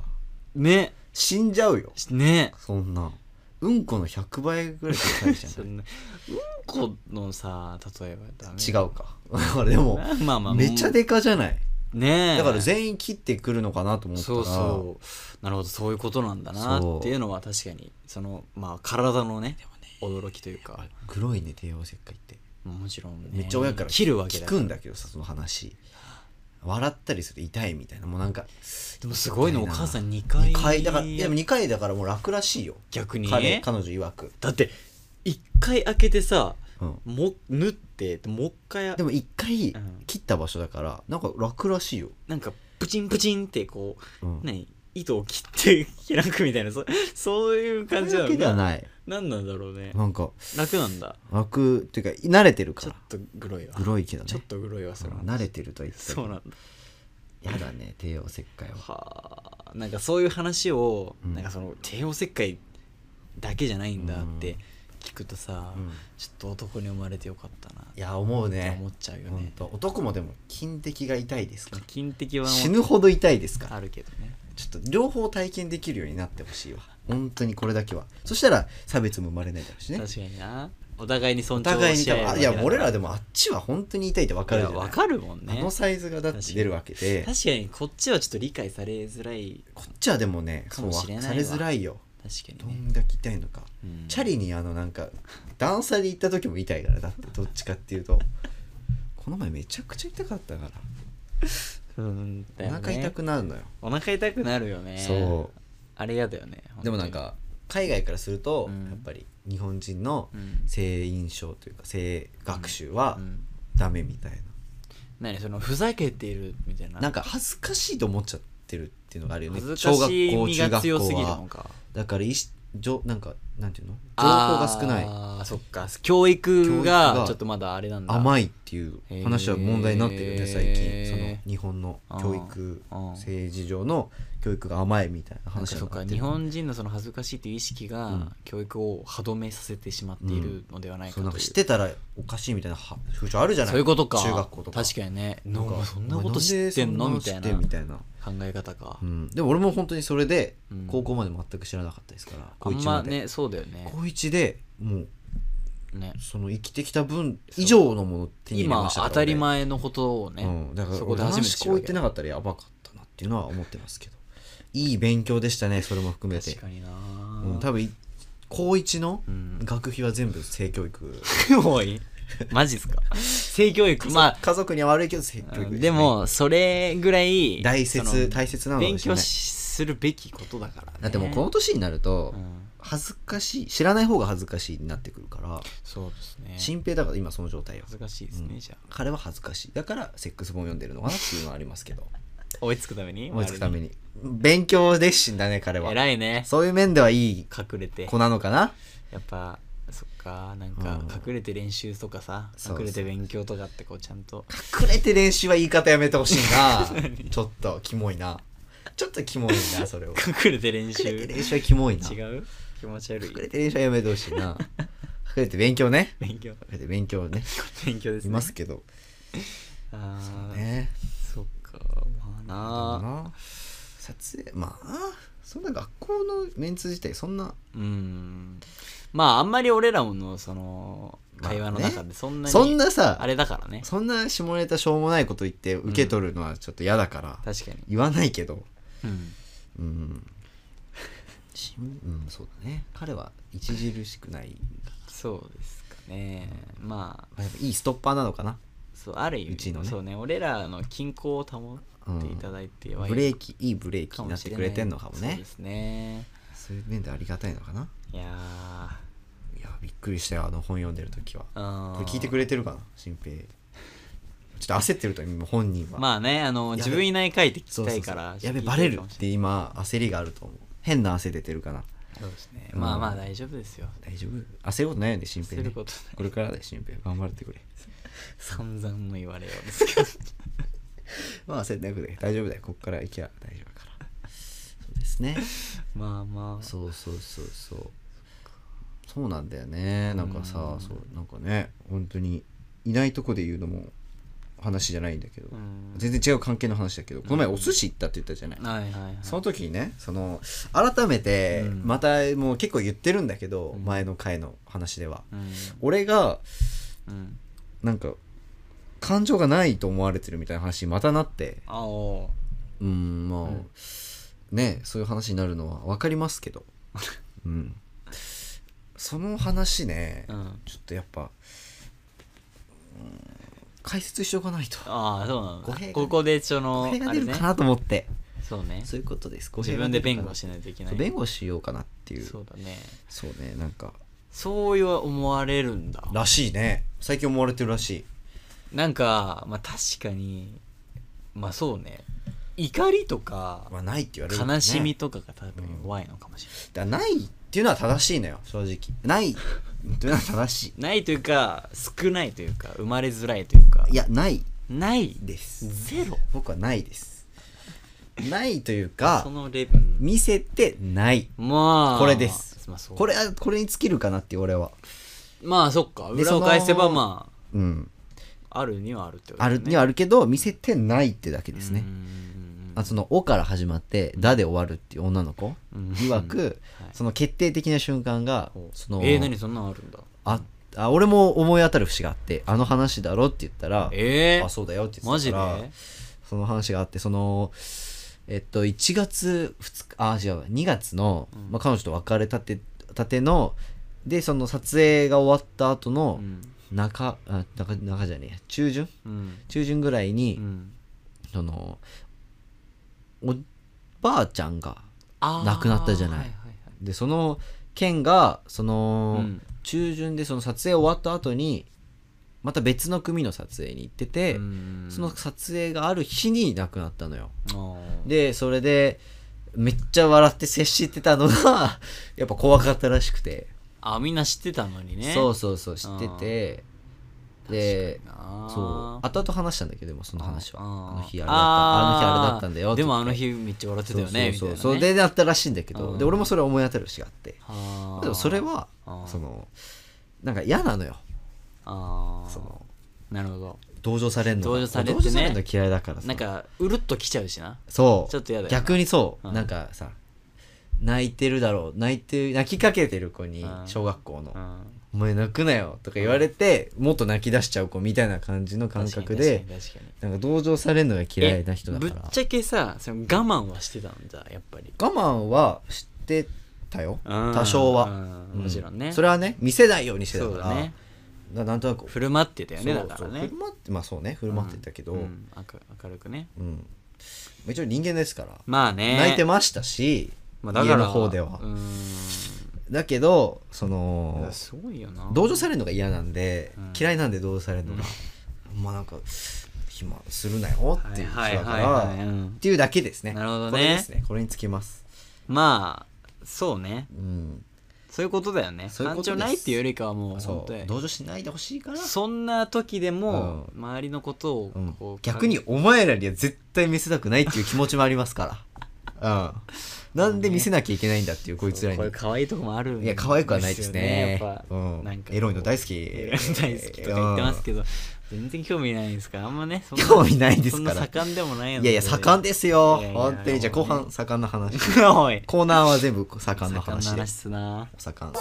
A: ね
B: 死んじゃうよ
A: ね
B: そんなうんこの100倍ぐらいでかいじゃ
A: そ
B: ん
A: んなうんこのさ例えばダメ
B: 違うか あれでも
A: なまあまあ
B: めっちゃでかじゃない
A: ねえ
B: だから全員切ってくるのかなと思ったら
A: そうそうなるほどそういうことなんだな
B: そう
A: っていうのは確かにそのまあ体のね驚きというか
B: グロいね帝王切開って
A: もちろんね
B: めっちゃ親から
A: 切るわけだ
B: 聞くんだけどさその話笑ったりする痛いみたいなもうなんか
A: でもすごいのお母さん2回
B: 2回だからいやでも2回だからもう楽らしいよ
A: 逆に
B: 彼彼女曰く、
A: だって1回開けてさ
B: うん、
A: も縫ってもう一回
B: でも1回
A: うん
B: 切った場所だからなんか楽らしいよ、
A: なんかプチンプチンってこ
B: う
A: う、
B: ん
A: 何糸を切って開くみたいなそそういう感じな
B: だ
A: の
B: けでは
A: な
B: ない
A: 何なんだろうね
B: なんか
A: 楽なんだ
B: 楽っていうか慣れてるか
A: ちょっ
B: ら
A: とグロいわ
B: グロいけどね
A: ちょっとグロいわそれは
B: うん慣れてると言って
A: そうなんだ
B: やだね帝王切開は
A: はあなんかそういう話を、
B: うん
A: なんかその帝王切開だけじゃないんだって聞くとさ、
B: うん
A: ちょっと男に生まれてよかったなっ
B: い
A: て
B: や思うね
A: 思っちゃうよ
B: ほん
A: ね
B: と男もでも筋滴が痛いですから
A: 金的は
B: 死ぬほど痛いですから
A: あるけどね
B: ちょっと両方体験できるようになってほしいわ本当にこれだけはそしたら差別も生まれないだろうしね
A: 確かになお互いに
B: お
A: 尊重
B: 互いに
A: し合
B: 多
A: える
B: 分
A: わ
B: あ
A: け
B: い
A: だ
B: や
A: から
B: 俺らでもあっちは本当に痛いって分かるじゃ
A: い
B: ん
A: やわかるもん
B: あ
A: ね
B: のサイズがだって出るわけで
A: 確かにこっちはちょっと理解されづらい
B: こっちはでもね
A: かもしれないわ
B: そうされづらいよ
A: 確か
B: ど
A: にね
B: んだけ痛いのか、
A: うん
B: チャリにあのなんか段差で行った時も痛いから だってどっちかっていうとこの前めちゃくちゃ痛かったから
A: うんだ
B: お
A: よね
B: 腹痛くなるのよ、
A: お腹痛くなるよね
B: そ
A: あれやだよね
B: うでもなんか海外からすると、
A: うん
B: やっぱり日本人の
A: うん
B: 性印象というか性学習は
A: 本当にうん
B: ダメみたいな、
A: 何そのふざけてるみたいな
B: なんか恥ずかしいと思っちゃってるっていうのがあるよね
A: 恥ず
B: 小
A: か
B: 学
A: しい
B: 校
A: 身
B: 中
A: が強
B: 学
A: す
B: 校
A: ぎるの
B: は
A: か
B: だからいしじょなんかなんていうの情報が少ない
A: あーそっか教育
B: 教育
A: が
B: が
A: ちょっとまだあれなんだ
B: 甘
A: い
B: いっていう話は問題になってるよ
A: へ
B: ね
A: ー
B: 最近その日本の教育
A: あーあー
B: 政治上の教育が甘いみたいな
A: なんか
B: 話
A: そ
B: に
A: っ
B: な
A: か
B: って
A: 日
B: る
A: 本人のその恥ずかしいという意識
B: う
A: が
B: ん
A: 教育を歯止めさせてしまっているのではないか
B: そ
A: と
B: う
A: いう
B: な
A: ん
B: か知ってたらおかしいみたいなは風潮あるじゃない
A: そういうことか
B: 中学校とか
A: 確かにね
B: な
A: なんん
B: か
A: かそんなこと知ってんの
B: お前
A: み
B: で
A: た
B: そ
A: い
B: ん
A: な
B: なの知ってんみたいな
A: 考え方か、
B: うん、でも俺も本当にそれで
A: うん
B: 高校まで全く知らなかったですから、
A: あ
B: 高
A: ん
B: 一
A: ま
B: まで
A: ねそうだよね
B: 高一でもう
A: ね
B: その生きてきた分以上のものを手に入れ
A: 今
B: ましたから
A: 当たり前のことをね、
B: 俺うん、だから
A: そこで
B: 俺
A: 初めて
B: 男子
A: 知る
B: 校行
A: わ
B: っ
A: け
B: て
A: だ
B: なかったらやばかったなっていうのは思ってますけどいい勉強でしたねそれも含めて
A: 確かにな、
B: うん、多分い高一の
A: うん
B: 学費は全部性教育、
A: お いマジっすか性教育まあ
B: 家族には悪いけど性教育すね
A: でもそれぐらい
B: 大
A: そ
B: 切
A: の
B: 大切なのかも
A: 勉
B: しれ
A: 強
B: ない
A: しするべきことだから、ね、
B: だってもうこの年になると
A: うん
B: 恥ずかしい知らない方が恥ずかしいになってくるから
A: そうですね
B: 新平だから今その状態よ
A: 恥ずかしいですね、
B: うん
A: じゃあ
B: 彼は恥ずかしいだからセックス本読んでるのかなっていうのはあります けど
A: 追いつくために
B: 追いつくため
A: に
B: に勉強熱心だね彼は
A: 偉いね
B: そういう面ではいい
A: 隠れて
B: 子なのかな
A: やっぱそっかなんか
B: うん
A: 隠れて練習とかさ、
B: そう
A: 隠れて勉強とかってこうちゃんと
B: 隠れて練習は言い方やめてほしいなちょっとキモいなちょっとキモいなそれを
A: 隠れて練習
B: 隠れて練習はキモいな
A: 違う気持ち悪い
B: 隠れて練習はやめてほしいな隠れて勉強ね
A: 勉強
B: 隠れて勉強ね
A: 勉強です
B: い
A: ね
B: ますけど
A: ああ
B: ね
A: そっかまあな
B: な撮影まあそんな学校のメンツ自体そんな
A: うんまああんまり俺らのその
B: まあね
A: 会話の中でそんなに、
B: そんなさ
A: あれだからね
B: そんな下ネタしょうもないこと言って受け取るのはちょっと嫌だから、
A: 確かに
B: 言わないけど
A: うん
B: うん しうんそうだね彼は著しくないか
A: そうですかねまあ
B: なやっぱいいストッパーなのかな
A: そうある意味
B: うちのね
A: そうね俺らの均衡を保っていただいてはい
B: ブレ
A: る
B: ーキいいブレーキ
A: か
B: に
A: も
B: なっ
A: してれ
B: く
A: ない
B: れてんのかも
A: そう
B: ね
A: ですね
B: そういう面でありがたいのかない
A: や
B: いやびっくりしたよあの本読んでる時は
A: ー
B: これ聞いて
A: れ
B: くれてるかな新平ちょっと焦ってると今本人は
A: まあねあの
B: やべ
A: 自分いない回って聞
B: そ
A: きた
B: うそうそう
A: いから
B: やべバレる
A: 聞い
B: ってて今焦りがあると思う変な汗出てるかな
A: るかもしれないそうですねまあまあ大丈夫です よ
B: 大丈夫焦ることないよね新
A: 焦
B: 平ね
A: ることない
B: これからだよ新平頑張ってくれ
A: 散々も言われようです けど
B: まあ焦ってなくて大丈夫だよこっから行きゃ大丈夫だからそうですですね
A: まあまあ
B: そうそうそうそうそうなんだよねなんかさ、
A: うん
B: そうなんかね本当にいないとこで言うのも話じゃないんだけど、
A: うん
B: 全然違う関係の話だけどこの前お寿司行ったって言ったじゃない、
A: はいはいはい
B: その時にねその改めて
A: うん
B: またもう結構言ってるんだけど、
A: うん
B: 前の回の話では、
A: うん
B: 俺が
A: うん
B: なんか感情がないと思われてるみたいな話にまたなって
A: あお
B: うんまあ、
A: うん
B: ねそういう話になるのは分かりますけどうんその話ね、
A: ううん
B: ちょっとやっぱ、うん、解説しておかないと
A: ああそうな
B: 語
A: の
B: 弊が
A: ここでその
B: これが
A: あ
B: 出
A: れ
B: る
A: ね
B: かなと思って、
A: そうね
B: そういうことです
A: 自分で弁護し
B: ない
A: ないといけない
B: 弁護しようかなっていう
A: そうだね
B: そうねなんか
A: そういう思われるんだ
B: らしいね最近思われてるらしい
A: なんかまあ確かにまあそうね怒りとか
B: まあないって言われるけどね、
A: 悲しみとかが多分弱いのかもしれない
B: だからないっていうのは正しいのよ正直ないっていうのは正し
A: ないというか少ないというか生まれづらいというか
B: いいやない
A: ない
B: です
A: ゼロ
B: 僕はないですないというか
A: そのレベル
B: 見せてない
A: まあ
B: これです
A: まあそう
B: これはこれに尽きるかなって俺は
A: まあそっか
B: で
A: 裏を返せば
B: その
A: ま
B: うん
A: ああるにはあるってこと
B: あるにはあるけど見せてないってだけですね
A: うんうんうん
B: あその「お」から始まって「だ」で終わるっていう女の子
A: うん
B: 曰く
A: はい
B: その決定的な瞬間が
A: ほう
B: その
A: えー、何そんなのあるんだ
B: ああ俺も思い当たる節があってあの話だろって言ったら
A: え
B: あ
A: ー、
B: そうだよって言
A: マ
B: って
A: ジ
B: た
A: で
B: からその話があってそのえっと1月2日あ違うわ2月の、
A: うん
B: まあ、彼女と別れたてたてのでその撮影が終わった後
A: う
B: の
A: ん
B: 中、あ中中じゃねえや中旬
A: うん
B: 中旬ぐらいうに、
A: ん
B: そのおばあちゃんが
A: あー
B: 亡くなったじゃない
A: はいはいはい
B: でその件がその、
A: うん
B: 中旬でその撮影終わった後にまた別の組の撮影に行ってて、
A: うん
B: その撮影がある日に亡くなったのよ。
A: あー
B: でそれでめっちゃ笑って接してたのが やっぱ怖かったらしくて、
A: あみんな知ってたのにね
B: そうそうそう知っててでそう
A: あ
B: 後々話したんだけどでもその話は
A: あ
B: あ
A: ー
B: の日あれだったあの日あれだったんだよって
A: でもあの
B: 言って
A: 日めっちゃ笑ってたよねみた
B: そ
A: いうな
B: そうそう
A: ね
B: それであったらしいんだけ
A: う
B: ど
A: ん
B: で俺もそれ思い当たる節があって
A: はー
B: でもそれは
A: あー
B: そのなんか嫌なのよ
A: ああ
B: その
A: なるほど
B: 同情されるの
A: 同
B: が
A: 情されてね
B: 同情されるの嫌いだからさ
A: なんかうるっときちゃうしな
B: そう
A: ちょっと嫌だよな
B: 逆にそう、
A: うん
B: なんかさ泣いてるだろう泣いてる泣きかけてる子に
A: うん
B: 小学校の
A: う
B: 「お前泣くなよ」とか言われてもっと泣き出しちゃう子みたいな感じの感覚で
A: 確かに確かに確かに
B: なんか同情されるのが嫌いな人だ
A: え
B: か
A: ぶっ
B: ら
A: ちゃけさその我慢はしてたんだやっぱり
B: 我慢はしてたよ
A: うん
B: 多少は
A: うん
B: う
A: もちろんね
B: それはね見せないようにしてた
A: そう
B: か
A: だ
B: ら
A: ね
B: だなんとなく
A: 振る舞ってたよね
B: そ
A: だ
B: う
A: か
B: そう
A: らね
B: 振る舞ってまあそうね振る舞ってたけど、
A: う
B: うん
A: うんん明明るくね
B: 一応人間ですから、
A: まあね
B: 泣いてましたし、
A: まあだか
B: 家
A: ら
B: の方では
A: うー
B: だけどそ
A: んい
B: の
A: やすごいよな
B: 同情されるのが嫌なんで、
A: うん
B: 嫌いなんで同情されるのが、まあなんか暇するなよっていう人
A: はい
B: だか
A: はいはいはい
B: ら
A: う
B: っ
A: ん
B: ていうだけですね
A: なるほどね
B: これですねこれにつきます
A: まあそうね
B: うん
A: そういうことだよね
B: そういうこ
A: 感
B: と
A: 情
B: です
A: ないっていうよりかはもう本
B: そ
A: 当
B: う
A: に
B: 同情しないでほしいから、
A: そんな時でも
B: う
A: 周りのことを
B: うん
A: こう
B: 逆にお前らには絶対見せたくないっていう気持ちもありますから、うん、なんで見せなきゃいけないんだっていうこいつらに
A: こういう可愛いとこもあるん
B: いや可愛くはないですね
A: ですよやっぱ
B: うん
A: なんか
B: エロいの大好き
A: エロいの大好きとか言ってますけど全然興味ないんですからあんまねそん
B: 興味ないですから
A: そんな盛んでもないの
B: いやいや盛んですよ
A: いやいや
B: 本当にじゃあ
A: も
B: 後
A: うね
B: 半盛んの話
A: おい
B: コーナーは全部盛ん
A: 盛ん
B: の
A: な
B: 話で
A: 話すな
B: お盛ん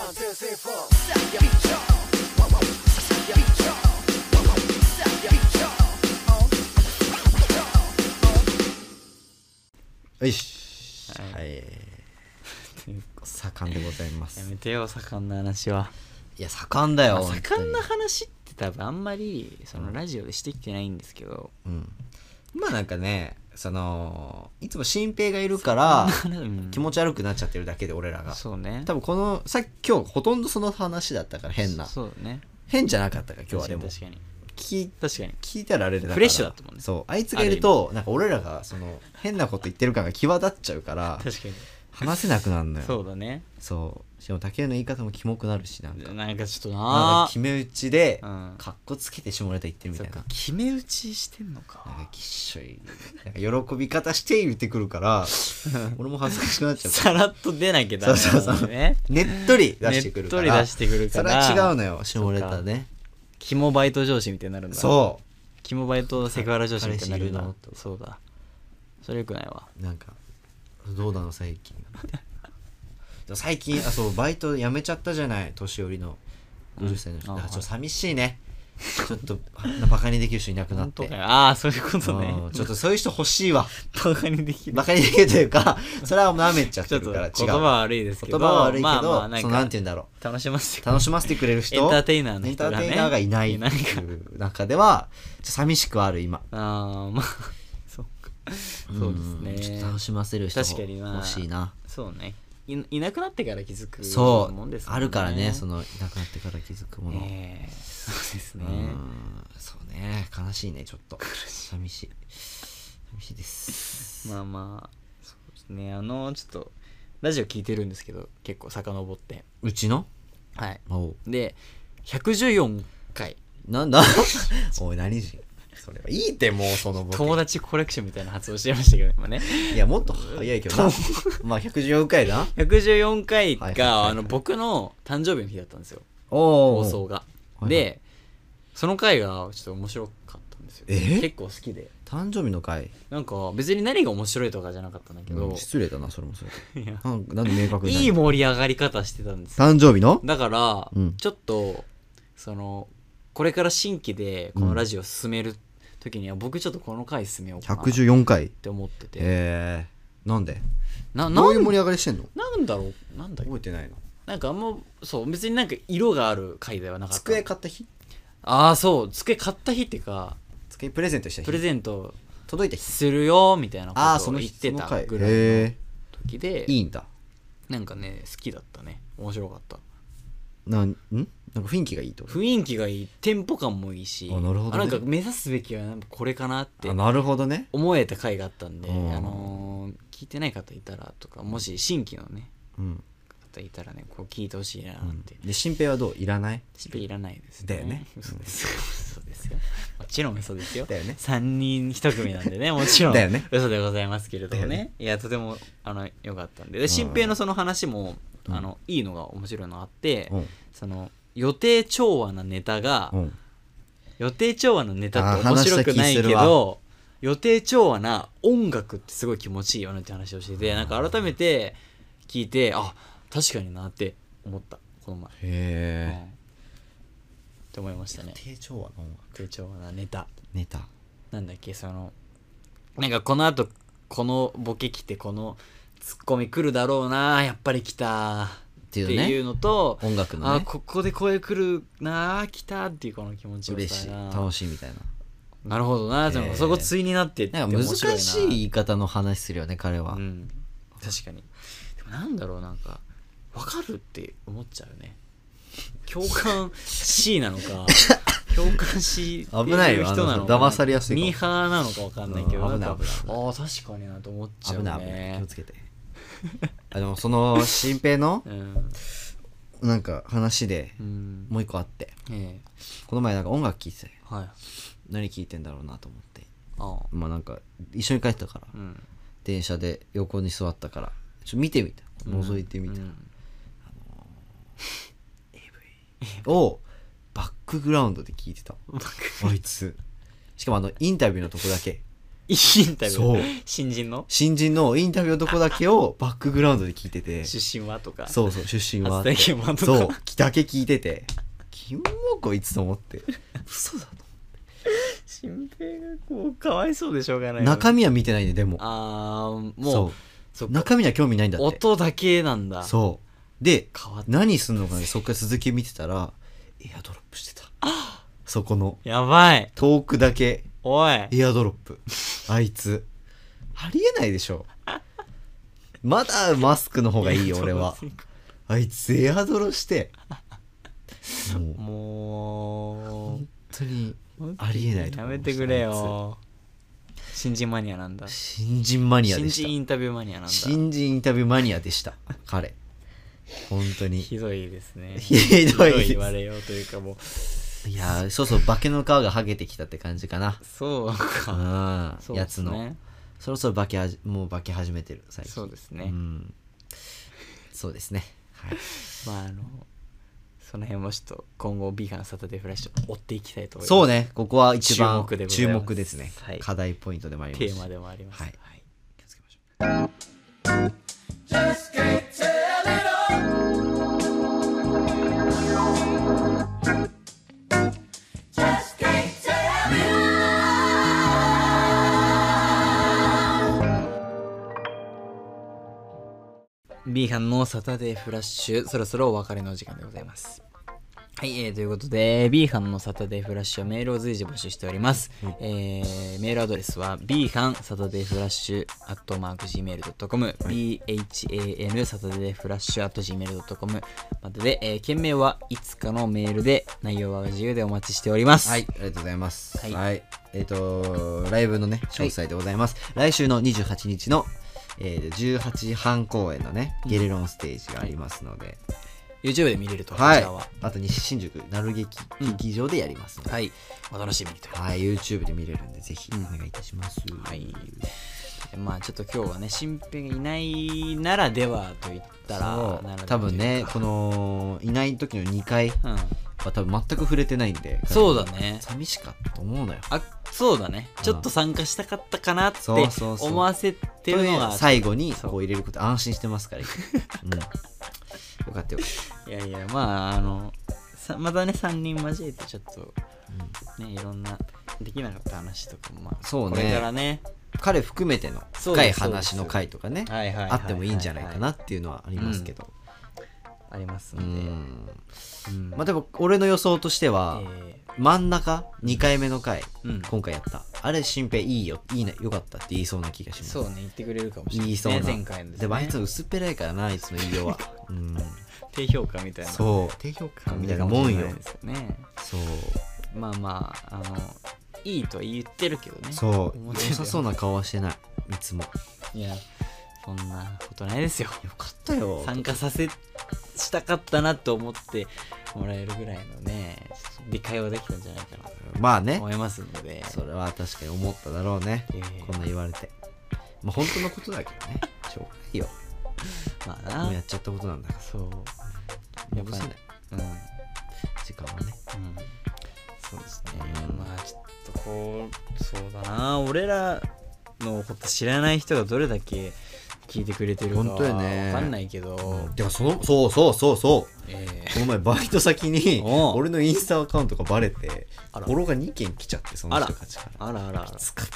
B: よし
A: は
B: はい盛んでございま
A: や
B: す
A: めてよ盛んな話はい
B: や盛んだよ
A: まあ盛んな
B: 本
A: 話って多分あんまりそのラジオでしてきてないんですけど
B: 当にうんまあなんかねそのいつも新平がいるから
A: うん
B: 気持ち悪くなっちゃってるだけで俺らが
A: そうね
B: 多分このさっき今日ほとんどその話だったから変な
A: そうね
B: 変じゃなかったから今日はでも
A: 確かに
B: 聞い
A: 確かに
B: 聞いたらあれだから
A: フレッシュだったもんね
B: そうあいつがいるとなんか俺らがその変なこと言ってる感が際立っちゃうから
A: 確かに確かに
B: 話せなくなるのよ
A: そうだね
B: そうしかも竹雄の言い方もキモくなるしなんか
A: なんかちょっと
B: なん
A: な
B: か決め打ちで
A: うん
B: かっこつけて下ネタ言ってるみ
A: そ
B: た
A: っ
B: いな
A: か決め打ちしてんの
B: なん
A: か
B: かきっしょいなんか喜び方して言ってくるから 俺も恥ずかしくなっちゃった
A: さらっと出なきゃダメだ
B: そうそうそう
A: ね
B: ねっとり出してくるから
A: ねっとり出してくるから
B: それは違うのよ下ネタね
A: 肝バイト上司みたいになるんだ
B: そ
A: 肝バイトセクハラ上司みたいになるん
B: 彼
A: だ
B: 氏いるの
A: そうだそれよくないわ
B: うなんかどうなの最近でも 最近あそうバイト辞めちゃったじゃない年寄りの50歳の人、
A: うんあ
B: あちょっ
A: は
B: と
A: い
B: 寂しいねちょっとあんなバカにできる人いなくな っ
A: 本
B: て
A: 当かよああそういうことね
B: うんちょっとそういう人欲し いわ
A: バカにできる
B: バカにできるというか それはもう舐めちゃ っ
A: ちょ
B: て
A: っと
B: るから違う
A: 言葉は悪いですけど
B: 言葉は悪いけど、
A: まあまあなん
B: そのなん
A: か
B: て言うんだろう
A: 楽しませて
B: 楽しませてくれる人
A: エンターテイナーの
B: エン
A: 人
B: タ
A: がね
B: ーテイナーがいないっていう中ではちょっと寂しくはある今
A: ああ まあそうかそう
B: うん
A: です
B: ちょ
A: ね
B: っと楽しませる人
A: 確かにな
B: 欲しいな
A: そうねいいなくなってから気づく
B: そう、
A: もんですもん
B: あるからねそのいなくなってから気づくもの、
A: ええそうですね
B: うんそうね悲しいねちょっと寂しい寂しいです
A: まあまあそうですねあのちょっとラジオ聞いてるんですけど結構遡って
B: うちの
A: はい
B: おう
A: で114回
B: なんだ おい何人それはいいってもうそのボケ
A: 友達コレクションみたいな発音してましたけど 今ね
B: いやもっと早いけどなまあ114回な
A: 114回
B: はいはいはいは
A: が
B: い
A: あの僕の誕生日の日だったんですよ
B: お
A: 放
B: お
A: 送が
B: いはい
A: でその回がちょっと面白かったんですよ
B: え
A: 結構好きで
B: 誕生日の回
A: なんか別に何が面白いとかじゃなかったんだけど、
B: うん失礼だなそれもそれ
A: いや
B: なんなんで明確にない
A: い盛り上がり方してたんですよ
B: 誕生日の
A: だから、
B: うん
A: ちょっとそのこれから新規でこのラジオ進める時には、僕ちょっとこの回進めようかなっ
B: 114回
A: て思ってて、
B: えー、なんで
A: なな
B: どういうん盛り上がりしてんの
A: なんだろうなんだっけ
B: 覚えてないの
A: なんかあんまそう別になんか色がある回ではなかった
B: 机買った日
A: ああそう机買った日っていうか
B: 机プレゼントした日
A: プレゼント
B: 届いた日
A: するよみたいな
B: ああ
A: こと
B: そ
A: を
B: の
A: 言
B: 日
A: って
B: その
A: た
B: 回
A: ぐらいの
B: え
A: 時で
B: ー、いいんだ
A: なんかね好きだったね面白かった
B: なんんなんか雰囲気がいいってこと
A: 雰囲気がいいテンポ感もいいし
B: あなるほどね
A: あなんか目指すべきはなんかこれかなって
B: あなるほどね
A: 思えた回があったんで、
B: うん
A: あのー聞いてない方いたらとかもし新規のね
B: うん、
A: 方いたらねこう聞いてほしいな
B: う
A: っ
B: ん
A: て、、
B: で新平はどういらない
A: ちょっといらないです
B: だ よね
A: そうです そうですよもちろん嘘ですよ
B: だよね
A: 3人1組なん でねもちろん
B: だよね
A: 嘘でございますけれどもね
B: だよね
A: いやとてもあの良かったんでで新平のその話も、
B: うん
A: あのいいのが面白いのがあって、
B: うん
A: その予定調和なネタが、
B: うん
A: 予定調和のネタって
B: あー
A: 面白くないけ
B: 話した気するわ
A: ど予定調和な音楽ってすごい気持ちいいよねって話をしててなんか改めて聞いてあ確かになって思ったこの前、うん
B: へえ
A: って思いましたね
B: 低調和の音楽
A: 予定調和なネタ
B: ネタ
A: なんだっけそのなんかこのあとこのボケ来てこのツッコミ来るだろうなやっぱり来たって
B: ていうね
A: いうのと
B: 音楽の
A: あ
B: ね
A: ここで声来るな来たっていうこの気持ちよ
B: 嬉
A: さ
B: しい
A: な
B: 楽しいみたいな
A: なるほどな、でも
B: えー
A: そこ対になってって
B: なんか難
A: 面
B: し
A: 白
B: い
A: い
B: 言い方の話するよね彼は、
A: なうん、確かにでもなんだろうなんか分かるって思っちゃうね共感 C なの か共感し
B: 危ないよ
A: ってう人なの
B: あ
A: か
B: の騙されやすいかも
A: ミーハーなのか分かんないけど
B: うん
A: なんか
B: 危ない危な
A: ああ確かになと思っちゃう
B: 危
A: ね
B: ない危ない気をつけ てあでもその新平の
A: うん、
B: なんか話で
A: うん、
B: もう一個あって
A: ええ
B: この前なんか音楽聴いてて
A: はい
B: 何聴いてんだろうなと思って
A: ああ
B: まあなんか一緒に帰ったから、
A: うん
B: 電車で横に座ったからちょっと見てみた覗いてみた、
A: うん
B: をバックグラウンドで聴いてた
A: バカ
B: あいつしかもあのインタビューのとこだけ
A: インタビュ
B: そう
A: ー新人の
B: 新人のインタビューのとこだけをバックグラウンドで聴いてて
A: 出身はとか
B: そうそう出身は
A: 初体験版とか
B: そうだけ聞いててキモこいつと思って嘘だと
A: 新平がこうかわいそうでしょうがないよね
B: 中身は見てないねでも
A: あーも
B: そう
A: そうっか
B: 中身には興味ないんだって
A: 音だけなんだ
B: そうで
A: 変わった
B: 何すんのかねそっから続き見てたらエアドロップしてたそこの
A: やばい
B: 遠くだけ
A: おい
B: エアドロップあいつありえないでしょまだマスクの方がい いよ俺はあいつエアドロしてもう
A: も
B: 本当に
A: う
B: ありえないと
A: や
B: 思い
A: め
B: ました
A: てくれよ新人マニアなんだ
B: 新人マニアで
A: 新
B: した
A: 人インタビューマニアなんだ
B: 新人インタビューマニアでした彼本当に
A: ひどいですね
B: ひどいです
A: 言われようというかもう
B: いやーそうそう化けの皮が剥げてきたって感じかな
A: そう
B: う
A: か
B: ん
A: そう
B: や
A: で
B: つ
A: す
B: の
A: ね
B: そろそろ化けはじもう化け始めてる最近
A: そうですね、
B: うんそうですねはい
A: まああのその辺もちょっと今後ビーガンサタデーフラッシュ追っていきたいと思います
B: そうねここは一番
A: 注目でござい
B: 注
A: ます
B: 目ですね
A: はい
B: 課題ポイントでもありま
A: テ
B: す
A: ーマでもあります
B: はい
A: はい気をつけましょうビーガンのサタデーフラッシュ、そろそろお別れのお時間でございます。はい、えー、ということで、ビーハンのサタデーフラッシュはメールを随時募集しております。えー、メールアドレスは、ビーハンサタデーフラッシュアットマーク Gmail.com、BHAN サタデーフラッシュアット Gmail.com までで、えー、件名はいつかのメールで内容は自由でお待ちしております。
B: はい、ありがとうございます。は、
A: はいい
B: えっ、と、ライブのね、詳細でございます。来週の28日の、えー、18時半公演のね、ゲレロンステージがありますので、
A: YouTube で見れると、
B: はい、
A: こちらは。
B: あと西新宿、なる劇劇場でやりますので、
A: はい、お楽しみにということで
B: はい、YouTube で見れるんで、ぜひお願いいたします。
A: はいまあちょっと今日はね新編がいないならではと言ったら
B: そ
A: ならではという
B: う
A: か
B: 多分ね、この、いない時の2回は
A: うん
B: 多分全く触れてないんで、
A: そうだね
B: 寂しかったと思うのよ。
A: あそうだねちょっと参加したかったかなって
B: そうそうそう
A: 思わせてるのが
B: と最後に
A: そう
B: こう入れること安心してますから、うん、よかったよかっ
A: いやいやまああのさまたね3人交えてちょっと、ねいろんなできなかった話とかもまあ
B: そうね
A: これからね
B: た彼含めての
A: そう
B: 深い
A: です
B: 話の回とかね
A: はいはいはいはい
B: あってもいいんじゃないかなっていうのはありますけど、
A: あります
B: うん
A: ので、うん
B: まあでも俺の予想としては、
A: え
B: 真ん中2回目の回、
A: うん
B: 今回やったあれ新平いいよいいねよかったって言いそうな気がし
A: ー
B: ます
A: そうね言ってくれるかもしれない
B: 言いそうな、
A: ね前回のです、ね、
B: でもあいつ薄っぺらいからなあいつの言いようは、 うん、
A: 低評価みたいな
B: そう
A: 低評価
B: みたいなもんよ
A: ですよね
B: そう
A: まあまああのいいとは言ってるけどね
B: そう
A: 思っ
B: 良
A: てるよ
B: さそうな顔はしてないいつもよ
A: いやそんなことないですよ
B: かったよ
A: 参加させしたかったなと思ってもらえるぐらいのね理解はできたんじゃないかな
B: まあ
A: と
B: ね
A: 思いますので
B: それは確かに思っただろうね、
A: いやいや
B: こんな言われてまあ本当のことだけどねしょうがないよ
A: まあ
B: もうや
A: な
B: っちゃったことなんだか
A: そう
B: ら
A: やっ
B: 戻
A: ぱ
B: せ
A: り
B: ない
A: うん、うん、
B: 時間はね
A: そうですねまあちょっとこうそうだな俺らのこと知らない人がどれだけ聞いてくれてるか
B: 本当
A: は
B: よね
A: 分かんないけど、
B: でもそのそうそうそうそう
A: ええ
B: この前バイト先 に
A: おう
B: 俺のインスタアカウントがバレてフ
A: あら
B: ォローが2件来ちゃってその人たちから
A: あらあらあら
B: 使った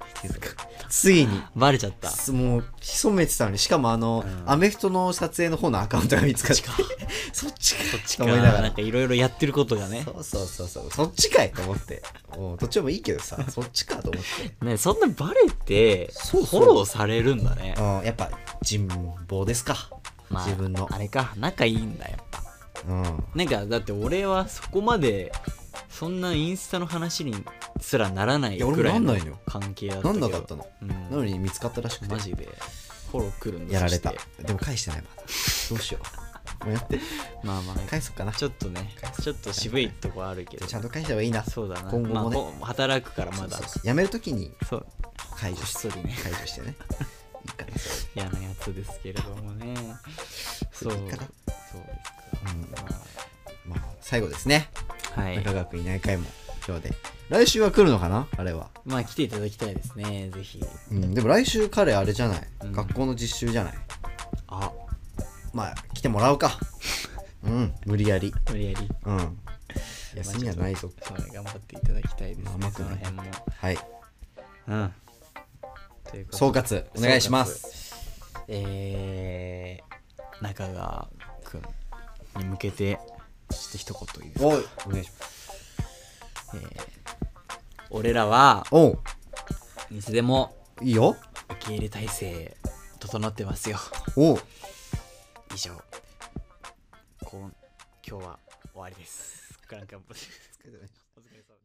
B: なっていうのがついに
A: バレちゃった
B: すもう潜めてたのにしかもあの、
A: うん
B: アメフトの撮影の方のアカウントが見つかってそっちか そっちと思いなが
A: な
B: ら
A: んかいろいろやってることがね
B: そうそうそうそうそっちかいと思ってもうどっちでもいいけど さそっちかと思って、
A: ねそんなバレて
B: そう
A: フ
B: そう
A: ォローされるんだね
B: うん、やっぱ人望ですか、
A: まあ
B: 自分の
A: あれか仲いいんだやっぱ
B: うん
A: なんかだって俺はそこまでそんなインスタの話にすらならない
B: いや俺も
A: ぐらい
B: な
A: の
B: んないのよ
A: 関係だった
B: な
A: け
B: ん
A: ど
B: なかったの、
A: うん
B: なのに見つかったらしくて
A: マジでフォロー来るんだ
B: やられた
A: そして
B: でも返してないまだどうしようもうやって
A: まあま
B: 返そうかな
A: あちょっとねちょっと渋いとこあるけど
B: ちゃんと返した方がいいな
A: そうだな
B: 今後もね、
A: まあこう働くからまだ
B: そう
A: そ
B: そうそうやめるときに
A: う
B: 解除
A: こっ
B: して
A: そりね
B: 解除してねいいかなそ
A: 嫌なやつですけれどもねそう
B: いい
A: そうです
B: かなれ
A: か、
B: うん
A: ま
B: まあ、最後ですね、
A: あはい
B: 中川君いない回も今日で来週は来るのかなあれは
A: まあ来ていただきたいですね、ぜひ。
B: うん、でも来週彼あれじゃない、
A: うん
B: 学校の実習じゃない
A: あ
B: まあ来てもらう かうん無理やり
A: 無理やり。
B: うん休みはないぞ
A: そうね、頑張っていただきたいです、
B: 甘
A: ね、
B: く
A: そ
B: な
A: の
B: い
A: 辺も。
B: はい
A: うん。ということで
B: 総括お願いします。
A: 総括えー、中川くんに向けて、ちょっと一言いいですか
B: おいお願いします
A: 俺らは、
B: おう
A: いつでも
B: いいよ
A: 受け入れ体制、整ってますよ。
B: おう
A: 以上。 こん今日は終わりです。クランクアップです。お疲れ様です